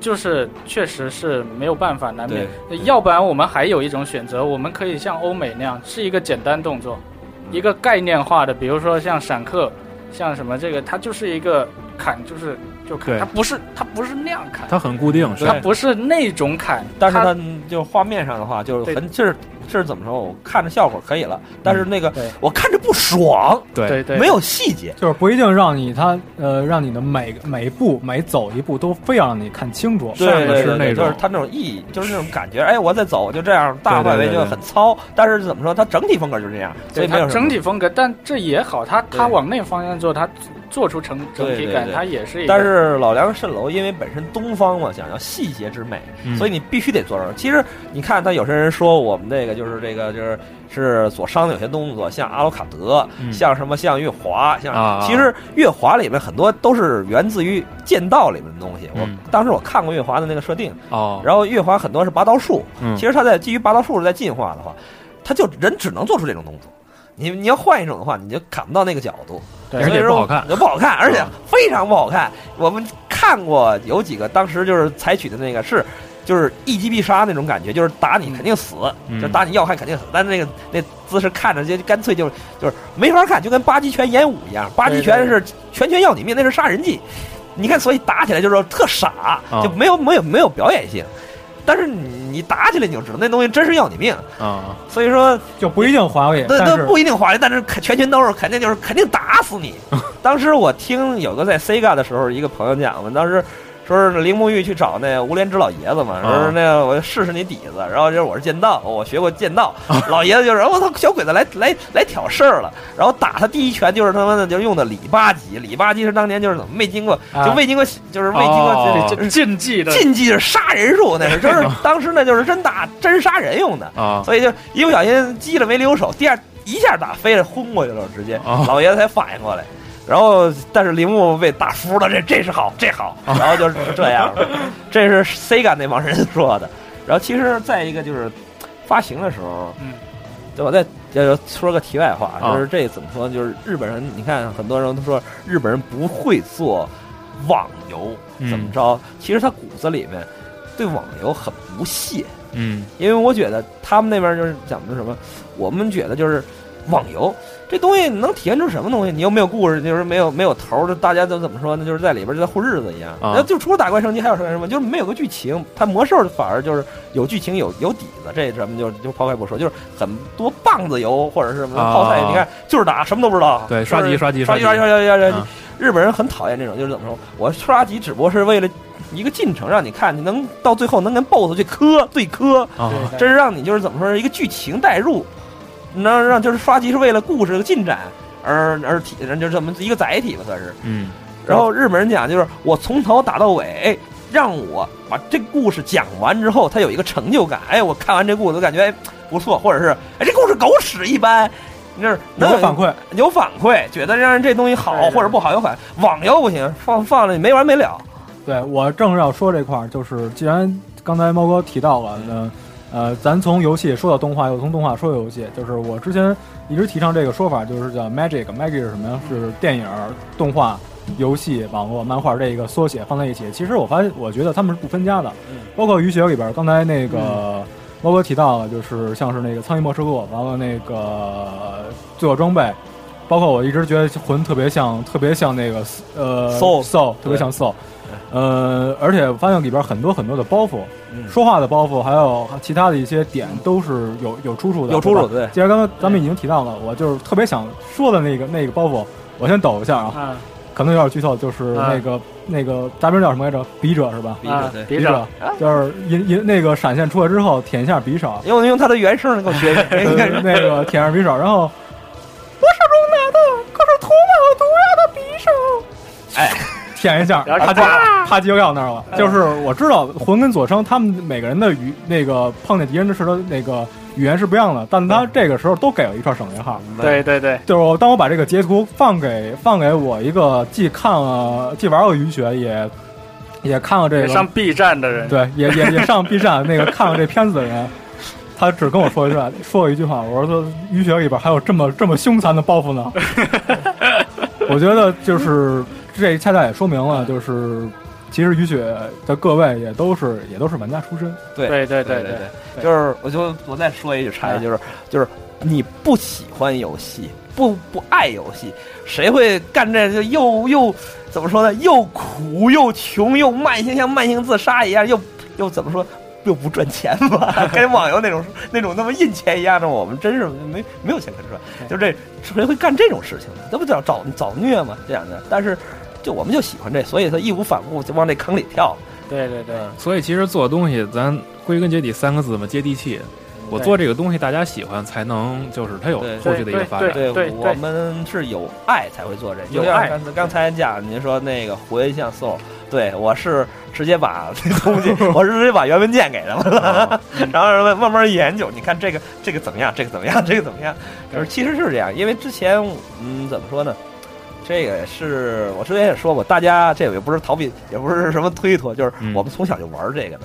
S6: 就是确实是没有办法，难免
S11: 对。
S6: 要不然我们还有一种选择，我们可以像欧美那样，是一个简单动作，
S11: 嗯
S6: 一个概念化的，比如说像闪客，像什么这个，它就是一个砍，就是就砍，
S1: 对
S6: 它不是它不是那样砍。
S1: 它很固定，是
S6: 它不是那种砍，
S11: 但是
S6: 它
S11: 它就画面上的话，就是很就是就是怎么说，我看着效果可以了，但是那个、
S6: 对
S11: 我看着不爽，
S1: 对
S6: 对对，
S11: 没有细节。
S10: 就是不一定让你他呃，让你的每个每一步每走一步都非要让你看清楚，
S1: 上面
S11: 对
S1: 是
S11: 对对，
S1: 那种
S11: 就是它那种意义，就是那种感觉。哎，我再走就这样，大范围
S1: 对对
S11: 就
S1: 对
S11: 很糙。但是怎么说，它整体风格就是这样，所
S6: 对
S11: 以没
S6: 它
S11: 有什么
S6: 整体。风格，但这也好，它它
S11: 对
S6: 往那方向做，它做出成整
S11: 对
S6: 体
S11: 对
S6: 感，
S11: 对
S6: 它也是一个。
S11: 但是老梁蜃楼因为本身东方嘛，讲要细节之美，
S1: 嗯
S11: 所以你必须得做成。其实你看，他有些人说我们这个就是这个就是是所伤的有些动作，像阿罗卡德，
S1: 嗯
S11: 像什么像月华，像、
S1: 啊
S11: 其实月华里面很多都是源自于剑道里面的东西。我、
S1: 嗯
S11: 当时我看过月华的那个设定，
S1: 哦，
S11: 然后月华很多是拔刀术，
S1: 嗯
S11: 其实他在基于拔刀术在进化的话，他就人只能做出这种动作。你你要换一种的话，你就砍不到那个角度，
S6: 对
S1: 而且不好看
S11: 也不好看，而且非常不好看。我们看看过有几个当时就是采取的那个是。就是一击必杀那种感觉，就是打你肯定死，
S1: 嗯
S11: 就是打你要害肯定死。但是那个那姿势看着就干脆就是就是没法看，就跟八极拳演武一样。八极拳是拳拳要你命，那是杀人技。你看，所以打起来就是说特傻，
S1: 啊
S11: 就没有没有没有表演性。但是你你打起来你就知道那东西真是要你命，
S1: 啊，
S11: 所以说
S10: 就不一定滑过瘾，
S11: 那
S10: 但
S11: 那
S10: 是
S11: 不一定华丽，但是肯拳拳都是肯定就是肯定打死你。当时我听有个在 Sega 的时候，一个朋友讲嘛，当时说是铃木玉去找那无脸之老爷子嘛，
S1: 啊
S11: 说是那个我试试你底子，然后就是我是剑道，我学过剑道，老爷子就是我操小鬼子来来来挑事儿了，然后打他第一拳就是他妈的就用的里八级，里八级是当年就是怎么没经过就
S6: 啊
S11: 未经过就是未经过
S1: 哦
S11: 就
S6: 这
S11: 是
S6: 禁忌的
S11: 禁忌是杀人术那是，就是当时那就是真打真杀人用的。
S1: 啊
S11: 所以就一不小心击了没留手，第二一下打飞了，昏过去了，直接、
S1: 哦
S11: 老爷子才反应过来。然后，但是铃木被打服了，这这是好，这好，
S1: 哦
S11: 然后就是这样了。这是 C 感那帮人说的。然后其实再一个就是发行的时候，
S6: 嗯，
S11: 对我再呃说个题外话，
S1: 啊
S11: 就是这怎么说呢？就是日本人，你看很多人都说日本人不会做网游，
S1: 嗯
S11: 怎么着？其实他骨子里面对网游很不屑，
S1: 嗯
S11: 因为我觉得他们那边就是讲究什么，我们觉得就是网游这东西能体现出什么东西？你又没有故事，就是没有没有头儿，就大家都怎么说呢？就是在里边就在混日子一样。
S1: 啊
S11: 那就除了打怪升级还有什么什么？就是没有个剧情。它魔兽反而就是有剧情有有底子，这咱们就就抛开不说，就是很多棒子游或者是什么
S1: 啊
S11: 泡菜，你看就是打什么都不知道，
S1: 对
S11: 就是
S1: 刷级刷级
S11: 刷级
S1: 刷
S11: 刷
S1: 级
S11: 级刷级刷级刷级
S1: 啊。
S11: 日本人很讨厌这种，就是怎么说？我刷级只不过是为了一个进程，让你看你能到最后能跟 BOSS 去磕对磕，
S1: 啊
S6: 对
S11: 这是让你就是怎么说一个剧情代入，能让就是刷机是为了故事的进展而而体，就是这么一个载体吧，算是。
S1: 嗯
S11: 然后日本人讲就是我从头打到尾，哎让我把这故事讲完之后，他有一个成就感。哎，我看完这故事，我感觉哎不错，或者是哎这故事狗屎一般，你这能
S10: 有个反馈，
S11: 有反馈，觉得让人这东西好
S6: 对对
S11: 或者不好有反。网游不行，放放了没完没了。
S10: 对我正要说这块儿，就是既然刚才猫哥提到了，
S11: 嗯
S10: 那呃，咱从游戏说到动画，又从动画说到游戏，就是我之前一直提倡这个说法，就是叫 magic，magic 是什么呀？是电影、动画、游戏、网络、漫画这一个缩写放在一起。其实我发现，我觉得他们是不分家的，
S11: 嗯
S10: 包括《雨雪》里边儿，刚才那个猫哥提到了，就是像是那个《苍蝇博士国》，完了那个呃《罪恶装备》。包括我一直觉得魂特别像，特别像那个呃
S11: Soul
S10: Soul，特别像 Soul，呃，而且发现里边很多很多的包袱，
S11: 嗯
S10: 说话的包袱，还有其他的一些点都是有有出处的，
S11: 有出入
S10: 对吧
S11: 对
S10: 既然刚刚咱们已经提到了，我就是特别想说的那个那个包袱，我先抖一下啊，
S6: 啊
S10: 可能有点剧透，就是
S6: 啊
S10: 那个那个杂兵叫什么来着？笔者是
S11: 哦
S10: 吧？
S6: 啊，
S10: 笔
S6: 别着，
S10: 就是引引那个闪现出来之后舔一下匕首，
S11: 用用它的原声给我
S6: [laughs]
S11: 学学
S10: 那
S11: 哎
S10: 个
S11: 看。
S10: 那个舔上匕首，然后我手中拿的可是涂满了毒药的匕首，
S11: 哎，
S10: 舔一下，
S6: 然后
S10: 啪
S6: 就挂
S10: 叽啪叽又要那儿了。就是我知道魂跟佐生他们每个人的语那个碰见敌人的时候那个语言是不一样的，但他这个时候都给了一串省略号。
S6: 对对对，
S10: 就是我当我把这个截图放给放给我一个既看了既玩过雨雪也也看了这个
S6: 上 B 站的人，
S10: 对，也也也上 B 站那个看了这片子的人，他只跟我说一句话，说我一句话，我说雨雪里边还有这么这么凶残的包袱呢。 [laughs] 我觉得就是这恰恰也说明了，就是其实雨雪的各位也都是也都是玩家出身，
S11: 对
S6: 对对
S11: 对
S6: 对对嗯
S11: 对，就是我就我再说一句插一句，就是就是你不喜欢游戏，不不爱游戏，谁会干这就又又怎么说呢？又苦又穷又慢性，像慢性自杀一样，又又怎么说？又不赚钱
S6: [laughs]
S11: 吧，跟网游那种那种那么印钱一样的，我们真是没没有钱可赚，就这谁会干这种事情呢？这不叫找找虐吗？这样的，但是就我们就喜欢这，所以他义无反顾就往这坑里跳。
S6: 对对对，
S1: 所以其实做东西，咱归根结底三个字嘛，接地气。我做这个东西大家喜欢，才能就是它有
S11: 嗯对
S1: 后续的一个发展。
S11: 对
S6: 对
S11: 我
S6: 对
S11: 们是有爱才会做这，
S6: 有
S11: 就像
S6: 爱
S11: 刚才刚才讲，您说那个回像 soul，对我是直接把东西，我是直接把原文件给他们了， [laughs] 然后慢慢慢研究，你看这个这个怎么样，这个怎么样，这个怎么样，就是其实是这样，因为之前嗯怎么说呢？这个是我之前也说过，大家这也不是逃避，也不是什么推脱，就是
S1: 嗯
S11: 我们从小就玩这个的。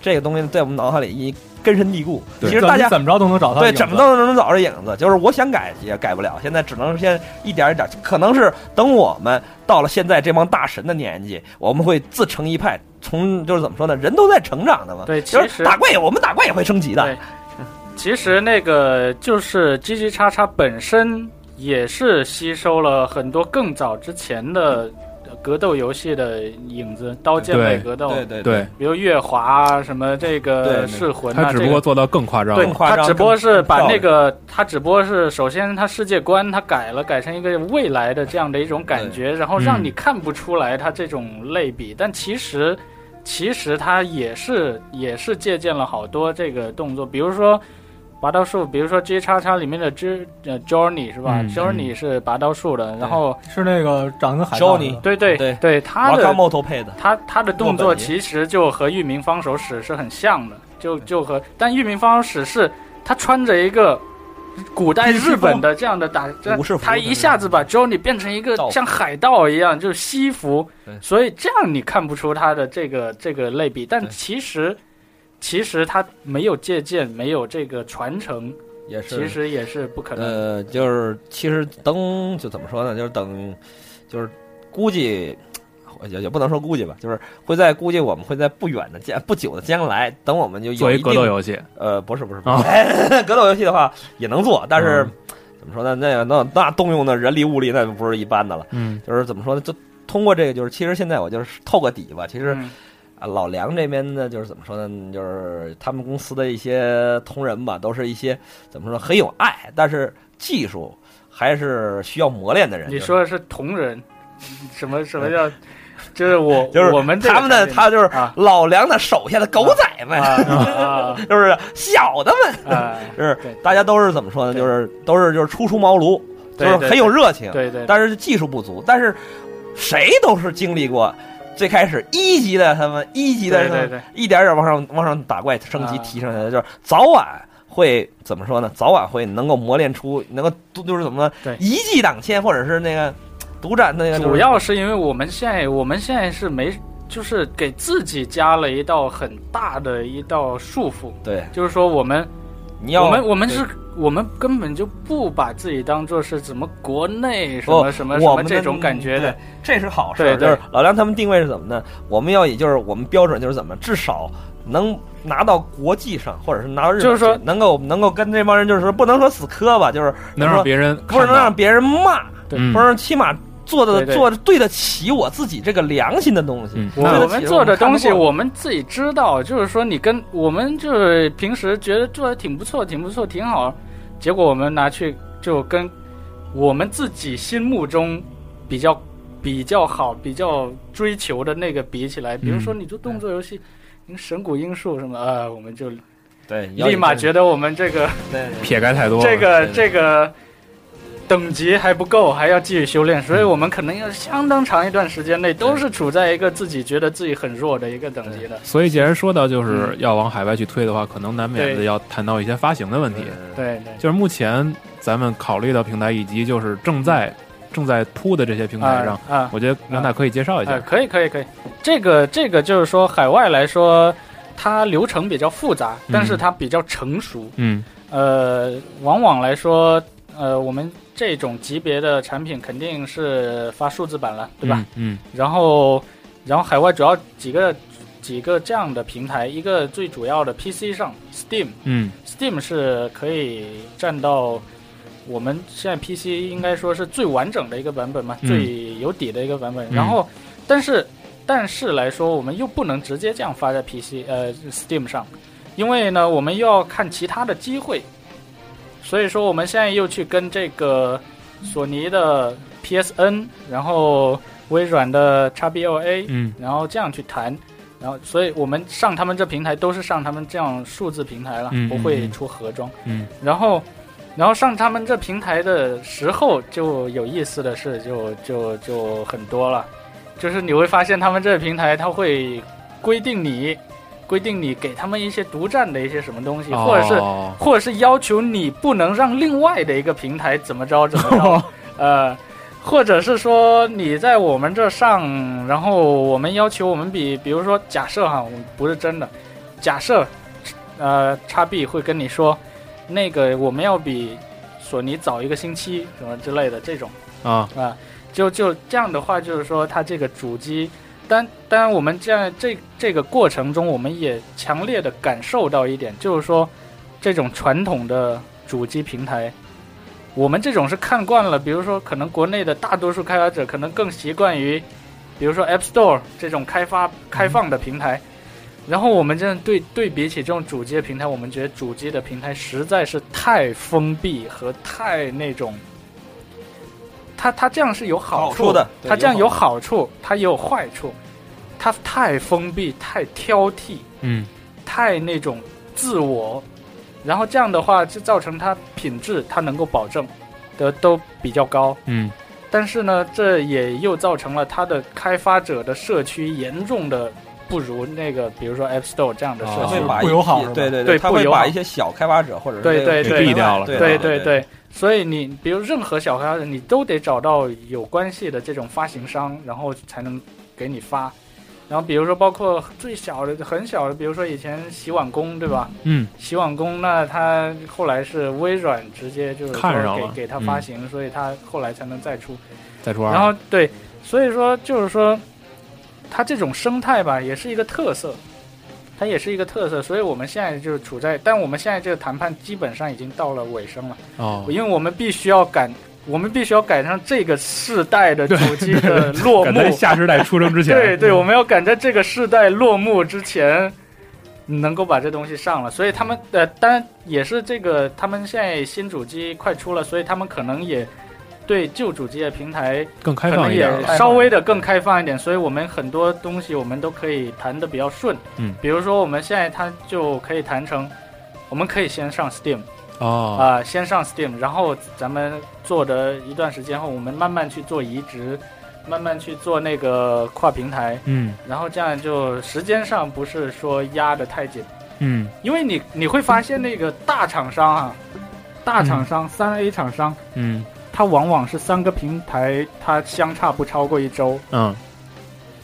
S11: 这个东西在我们脑海里一根深蒂固。其实
S10: 怎么
S11: 大家
S10: 怎么着都能找到
S11: 对
S10: 影子
S11: 怎么都能找着影子，就是我想改也改不了，现在只能先一点一点，可能是等我们到了现在这帮大神的年纪，我们会自成一派。从就是怎么说呢，人都在成长的嘛。
S6: 对
S11: 就
S6: 其
S11: 是
S6: 实
S11: 打怪，我们打怪也会升级的
S6: 对。其实那个就是叽叽叉叉本身也是吸收了很多更早之前的呃格斗游戏的影子，刀剑类
S1: 对
S6: 格斗，
S11: 对
S1: 对，
S6: 比如月华啊什么这
S11: 对
S6: 个
S11: 对
S6: 噬魂啊，
S1: 他只
S6: 这
S1: 不
S6: 个
S1: 过做到更夸张
S6: 对
S11: 更
S1: 了，
S11: 夸张
S6: 他只不过是把
S11: 更
S6: 那个，他只不过是首先他世界观他改了，改成一个未来的这样的一种感觉，然后让
S1: 嗯
S6: 你看不出来他这种类比，但其实其实他也是也是借鉴了好多这个动作，比如说。拔刀术，比如说 G 叉叉里面的 G 呃 Journey 是吧、
S1: 嗯
S6: j o u r n e y 是拔刀术的，然后
S10: 是那个长得跟海盗似
S11: Johnny
S10: 的，
S6: 对对
S11: 对
S6: 对，他
S11: 我
S6: 的
S11: 刚冒头配的，
S6: 他他的动
S11: 诺
S6: 作
S11: 本尼
S6: 其实就和域名方手使是很像的，就就和但域名方手使是他穿着一个古代日本的这样的打，
S11: 武士服
S6: 他一下子把 Johnny 变成一个
S11: 道服
S6: 像海盗一样，就是西服
S11: 对，
S6: 所以这样你看不出他的这个这个类比，但
S11: 对
S6: 其实其实他没有借鉴，没有这个传承，
S11: 也是
S6: 其实也是不可能的。
S11: 呃，就是其实等就怎么说呢，就是等，就是估计。也也不能说估计吧，就是会在估计我们会在不远的将不久的将来，等我们就有
S1: 做一
S11: 一
S1: 格
S11: 定
S1: 斗游戏，
S11: 呃，不是不是，不
S1: 啊
S11: 是 [laughs] 格斗游戏的话也能做，但是、
S1: 嗯
S11: 怎么说呢？那那那动用的人力物力那不是一般的了。
S1: 嗯，
S11: 就是怎么说呢？就通过这个，就是其实现在我就是透个底吧。其实、
S6: 嗯
S11: 啊，老梁这边呢，就是怎么说呢？就是他们公司的一些同仁吧，都是一些怎么说呢很有爱，但是技术还是需要磨练的人。
S6: 你
S11: 就是
S6: 说的是同人， [laughs] 什么什么叫？就是我，
S11: [laughs] 就是
S6: 我们这个
S11: 他们的，
S6: 产品
S11: 他就是
S6: 啊
S11: 老梁的手下的狗仔
S6: [laughs]
S11: 们，
S6: 啊
S11: 就是小的们。
S6: 啊啊！
S11: 就是
S6: 对
S11: 大家都是怎么说呢？
S6: 对
S11: 就是都是就是初出茅庐，就
S6: 对
S11: 是
S6: 对
S11: 很有热情，
S6: 对对，
S11: 但是技术不足。但是谁都是经历过最开始一级的他们，一级的
S6: 对
S11: 他们
S6: 对对，
S11: 一点点往上往上打怪升级
S6: 啊
S11: 提升下来，就是早晚会怎么说呢？早晚会能够磨练出能够都就是怎么
S6: 对
S11: 呢？一骑当千，或者是那个独占那个
S6: 主要是因为我们现在我们现在是没，就是给自己加了一道很大的一道束缚，
S11: 对
S6: 就是说我们
S11: 你要
S6: 我们我们
S11: 对
S6: 是我们根本就不把自己当做是什么国内什
S11: 不
S6: 么什么什
S11: 我
S6: 么
S11: 们
S6: 这
S11: 的
S6: 种感觉的
S11: 对，这是好事儿。
S6: 对对
S11: 就是老梁他们定位是怎么呢？我们要以就是我们标准就是怎么，至少能拿到国际上，或者是拿到日本去，
S6: 就是说
S11: 能够能够跟这帮人就是说不能说死磕吧，就是
S1: 能让别人
S11: 不是能让别人骂，
S6: 对
S1: 嗯
S11: 不是起码做的
S6: 对对
S11: 做的对得起我自己这个良心的东西。
S1: 嗯
S6: 我
S11: 对得
S6: 我
S11: 起
S6: 们做的东西，
S11: 看得过
S6: 我们自己知道，就是说你跟我们就是平时觉得做的挺不错，挺不错，挺好，结果我们拿去就跟我们自己心目中比较比较好、比较追求的那个比起来，比如说你做动作游戏，你神谷英树什么，呃，我们就
S11: 对，
S6: 立马觉得我们这个
S11: 得
S1: 撇开太多了，
S6: 这个
S11: 对
S6: 这个等级还不够，还要继续修炼，
S1: 嗯
S6: 所以我们可能要相当长一段时间内都是处在一个自己觉得自己很弱的一个等级的。
S1: 所以，既然说到就是
S11: 嗯
S1: 要往海外去推的话，可能难免的
S6: 对
S1: 要谈到一些发行的问题。
S6: 对对，
S1: 就是目前咱们考虑的平台，以及就是正
S11: 嗯
S1: 在正在铺的这些平
S11: 哎
S1: 台上
S6: 啊，啊，
S1: 我觉得梁大可以介绍一
S6: 哎
S1: 下。
S6: 可以可以可以，这个这个就是说海外来说，它流程比较复杂，但是它比较成熟。
S1: 嗯
S6: 呃，往往来说，呃，我们这种级别的产品肯定是发数字版了，对吧？
S1: 嗯？
S6: 然后，然后海外主要几个几个这样的平台，一个最主要的 PC 上，Steam，Steam
S1: 嗯
S6: 是可以占到我们现在 PC 应该说是最完整的一个版本嘛，
S1: 嗯
S6: 最有底的一个版本。
S1: 嗯
S6: 然后，但是但是来说，我们又不能直接这样发在 PC 呃 Steam 上，因为呢，我们又要看其他的机会，所以说我们现在又去跟这个索尼的 PSN，然后微软的 XBOA，
S1: 嗯
S6: 然后这样去谈，然后所以我们上他们这平台都是上他们这样数字平台了，
S1: 嗯
S6: 不会出盒装。
S1: 嗯
S6: 然后，然后上他们这平台的时候，就有意思的事就就就很多了，就是你会发现他们这个平台它会规定你，规定你给他们一些独占的一些什么东西，
S1: 嗯，
S6: 或者是
S1: 哦
S6: 或者是要求你不能让另外的一个平台怎么着怎么着，呃，或者是说你在我们这上，然后我们要求我们比，比如说假设哈，我们不是真的，假设，呃，叉 B 会跟你说，那个我们要比索尼早一个星期什么之类的这种。
S1: 啊，
S6: 啊，就就这样的话，就是说它这个主机，当当然我们这样这这个过程中，我们也强烈的感受到一点，就是说这种传统的主机平台，我们这种是看惯了，比如说可能国内的大多数开发者可能更习惯于，比如说 App Store 这种开
S11: 嗯
S6: 发开放的平台。然后我们这样对对比起这种主机的平台，我们觉得主机的平台实在是太封闭和太那种，它它这样是有好
S11: 好处的对
S6: 它这样
S11: 有
S6: 有
S11: 好
S6: 好处，它也有坏处，它太封闭、太挑剔、
S1: 嗯，
S6: 太那种自我，然后这样的话就造成它品质它能够保证的都比较高，
S1: 嗯，
S6: 但是呢，这也又造成了它的开发者的社区严重的不如那个，比如说 App Store 这样的社
S11: 他
S6: 区。
S11: 会把
S10: 不
S11: 一
S10: 友好
S11: 些
S10: 是吧
S11: 对对
S6: 对
S11: 他
S6: 不
S11: 会
S6: 友
S11: 把
S6: 好
S11: 一些小开发者或者是
S6: 对
S11: 这个
S6: 对对
S1: 给毙掉了
S11: 对
S6: 对
S11: 对
S6: 对，所以你比如任何小开发者，你都得找到有关系的这种发行商，然后才能给你发。然后比如说包括最小的、很小的，比如说以前洗碗工，对吧？
S1: 嗯，
S6: 洗碗工那他后来是微软直接就是说
S1: 看上了
S6: 给给他
S1: 嗯
S6: 发行，所以他后来才能再出。
S1: 再说二，
S6: 然后对，所以说就是说，它这种生态吧，也是一个特色，它也是一个特色。所以我们现在就是处在，但我们现在这个谈判基本上已经到了尾声了，
S1: 哦，
S6: 因为我们必须要赶，我们必须要赶上这个世代的主机的落
S1: 赶
S6: 幕。
S1: 在下时代出生之前，
S6: 对对，我们要赶在这个世代落幕之前，能够把这东西上了。所以他们呃，当然也是这个，他们现在新主机快出了，所以他们可能也对旧主机的平台
S1: 更开
S6: 可
S1: 放
S6: 能
S1: 一
S6: 也
S1: 点了，
S6: 稍微的更开放一点，所以我们很多东西我们都可以谈的比较顺。
S1: 嗯，
S6: 比如说我们现在它就可以谈成，我们可以先上 Steam 啊、
S1: 哦，
S6: 先上 Steam，然后咱们做的一段时间后，我们慢慢去做移植，慢慢去做那个跨平台，
S1: 嗯
S6: 然后这样就时间上不是说压得太紧，
S1: 嗯
S6: 因为你你会发现那个大厂商啊，大厂商三 A 厂商，
S1: 嗯
S6: 它往往是三个平台它相差不超过一周。
S1: 嗯，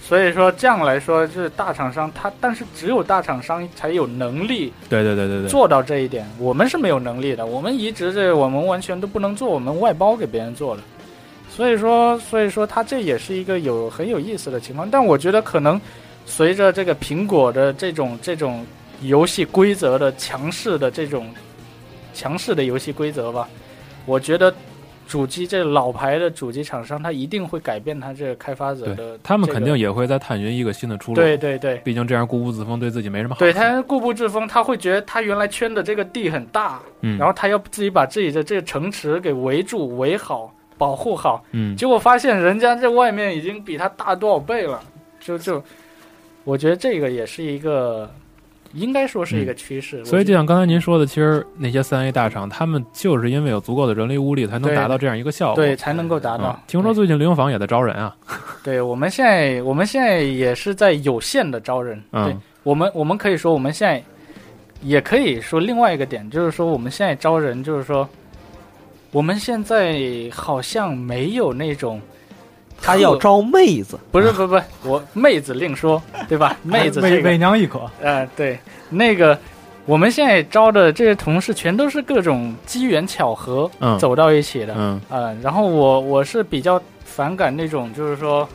S6: 所以说这样来说，就是大厂商他，但是只有大厂商才有能力
S1: 对对对对对，
S6: 做到这一点，我们是没有能力的。我们移植这，我们完全都不能做，我们外包给别人做的。所以说，所以说它这也是一个有很有意思的情况。但我觉得可能随着这个苹果的这种这种游戏规则的强势的这种强势的游戏规则吧，我觉得主机这老牌的主机厂商，它一定会改变它这个开发者的、
S1: 对，他们肯定也会在探寻一个新的出路，
S6: 对，对对
S1: 毕竟这样固步自封对自己没什么好处，
S6: 对，他固步自封，他会觉得他原来圈的这个地很大，
S1: 嗯，
S6: 然后他要自己把自己的这个城池给围住、围好、保护好，
S1: 嗯，
S6: 结果发现人家这外面已经比他大多少倍了，就就，我觉得这个也是一个，应该说是一个趋势。
S1: 嗯所以
S6: 我觉
S1: 就
S6: 得
S1: 像刚才您说的，其实那些三 A 大厂，他们就是因为有足够的人力物力，才能
S6: 对
S1: 达到这样一个效果，
S6: 对才能够达
S1: 嗯
S6: 到。
S1: 听说最近灵坊也在招人啊，
S6: 对，我们现在我们现在也是在有限的招人。
S1: 嗯
S6: 对，我们我们可以说我们现在也可以说另外一个点，就是说我们现在招人，就是说我们现在好像没有那种
S11: 他要
S6: 特
S11: 招妹子，
S6: 不是不是不是我妹子另说对 [laughs] 吧？妹子
S10: 媚
S6: 这
S10: 媚
S6: 个
S10: 娘一可，
S6: 呃对那个我们现在招的这些同事全都是各种机缘巧合
S1: 嗯
S6: 走到一起的。
S1: 嗯
S6: 呃，然后我我是比较反感那种，就是说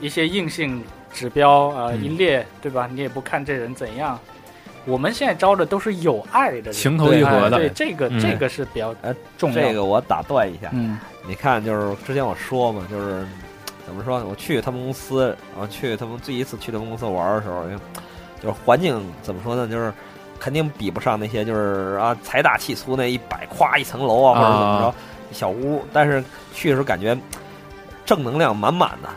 S6: 一些硬性指标啊、呃
S1: 嗯
S6: 一列对吧？你也不看这人怎样。我们现在招的都是有爱的人，
S1: 情投意合的
S6: 哎对这个、
S1: 嗯
S6: 这个是比较
S11: 呃
S6: 重要的。
S11: 这个我打断一下，
S6: 嗯
S11: 你看，就是之前我说嘛，就是怎么说呢？我去他们公司，我去他们第一次去他们公司玩的时候，就就是环境怎么说呢？就是肯定比不上那些就是啊财大气粗那一百夸一层楼啊，或者怎么着、
S1: 啊
S11: 一小屋，但是去的时候感觉正能量满满的。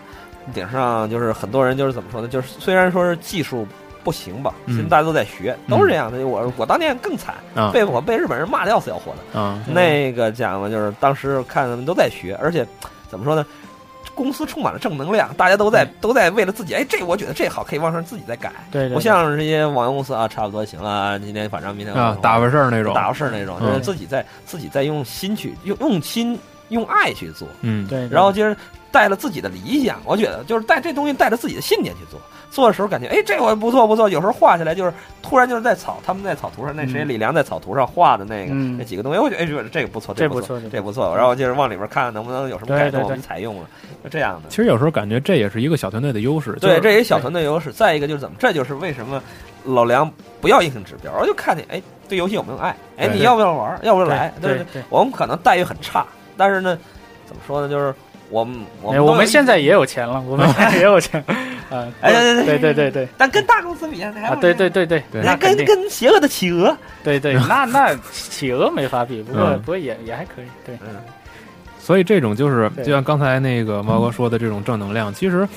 S11: 顶上就是很多人就是怎么说呢？就是虽然说是技术不行吧，
S1: 嗯
S11: 现在大家都在学，都是这样的。我我当年更惨，
S1: 啊
S11: 被我被日本人骂的要死要活的。
S1: 啊
S11: [laughs] 那个家伙就是当时看他们都在学，而且怎么说呢，公司充满了正能量，大家都在、都在为了自己，哎，这我觉得这好，可以往上自己再改。
S6: 对对对
S11: 不像这些网游公司啊，差不多行了，今
S1: 啊
S11: 天反正明天
S1: 啊，打完事儿那种，
S11: 打个事儿那种，
S1: 嗯
S11: 就是自己在自己在用心去用用心用爱去做，
S1: 嗯，
S6: 对，对
S11: 然后就是带了自己的理想，我觉得就是带这东西带着自己的信念去做。做的时候感觉，哎，这我不错不错。有时候画起来就是突然就是在草，他们在草图上，那谁
S6: 嗯
S11: 李良在草图上画的那个、
S6: 嗯
S11: 那几个东西，我觉得哎，这个这个不错，
S6: 这
S11: 不
S6: 不
S11: 错，
S6: 错
S11: 这
S6: 这
S11: 不错。然后就是往里边看看能不能有什么
S6: 对
S11: 改动，
S6: 对
S11: 我们
S6: 对
S11: 采用了，就这样的
S1: 其。实有时候感觉这也是一个小团队的优势，
S11: 对，
S1: 就是
S11: 这也小团队优势。再一个就是怎么，这就是为什么老梁不要硬性指标，我就看你哎对游戏有没有爱，哎
S1: 对
S11: 你要不要玩儿，要不要来，对
S6: 对
S11: 对
S6: 对。
S11: 我们可能待遇很差，但是呢，怎么说呢，就是我们我
S6: 哎，
S11: 们
S6: 我
S11: 都有
S6: 们
S11: 一
S6: 现在也有钱
S11: [laughs]
S6: 了，我们现在也有钱，啊，
S11: 哎对对
S6: 对对对对，
S11: 但跟大公司比，那还
S6: 啊，
S11: 不
S6: 对
S11: 是
S6: 对对对，
S1: 对
S6: 那肯
S11: 跟
S6: 定，
S11: 跟邪恶的企鹅，
S6: 对
S11: [laughs]
S6: 对，那那企鹅没法比，不过
S1: 嗯
S6: 不过也也还可以，对，
S11: 嗯，
S1: 所以这种就是
S6: 对
S1: 就像刚才那个毛哥说的这种正能量，其实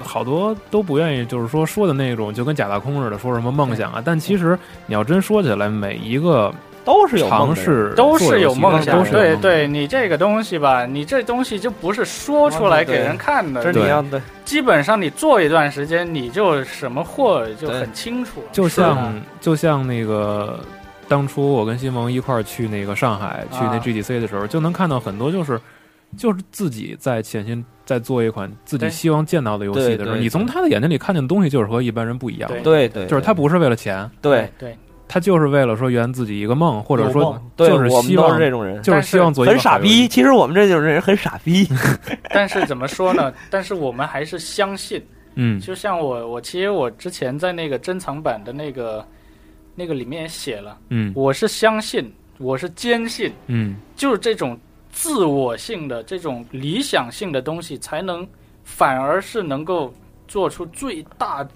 S1: 好多都不愿意，就是说说的那种就跟假大空似的，说什么梦想啊，但其实你要真说起来，每一个
S11: 都是有梦
S1: 尝
S11: 的人，
S1: 试
S6: 都
S1: 做
S6: 是
S1: 游
S6: 有
S1: 戏
S6: 梦
S1: 的
S6: 想
S1: 都
S6: 的，
S1: 是有
S6: 对
S1: 梦
S6: 对，你这个东西吧，你这东西就不是说出来给人看
S11: 这
S6: 的，
S11: 是
S1: 对
S11: 你要对
S6: 基本上你做一段时间，你就什么货就很清楚了，
S1: 就是
S6: 吧
S11: 啊
S1: 像就像那个当初我跟西蒙一块儿去那个上海去那
S6: 啊
S1: GDC 的时候，就能看到很多就是就是自己在潜心在做一款自己
S6: 对
S1: 希望见到的游戏
S11: 对
S1: 的时候，
S11: 对
S1: 你从
S11: 对
S1: 他的眼睛里看见的东西就是和一般人不一样，
S6: 对
S11: 对对，
S1: 就是他不是为了钱，
S11: 对
S6: 对，
S1: 他就是为了说圆自己一个梦，或者
S10: 有
S1: 说
S10: 梦
S11: 对，
S1: 就是
S11: 我们
S1: 希
S11: 都
S1: 望
S11: 是这种人，
S1: 就是希望做一个
S11: 很傻
S1: 好游戏
S11: 逼。，其实我们这种人很傻逼，
S6: 但是怎么说呢？ [laughs] 但是我们还是相信，
S1: 嗯，
S6: 就像我我其实我之前在那个珍藏版的那个那个里面也写了，
S1: 嗯
S6: 我是相信，我是坚信，
S1: 嗯，
S6: 就是这种自我性的、这种理想性的东西，才能反而是能够做出最大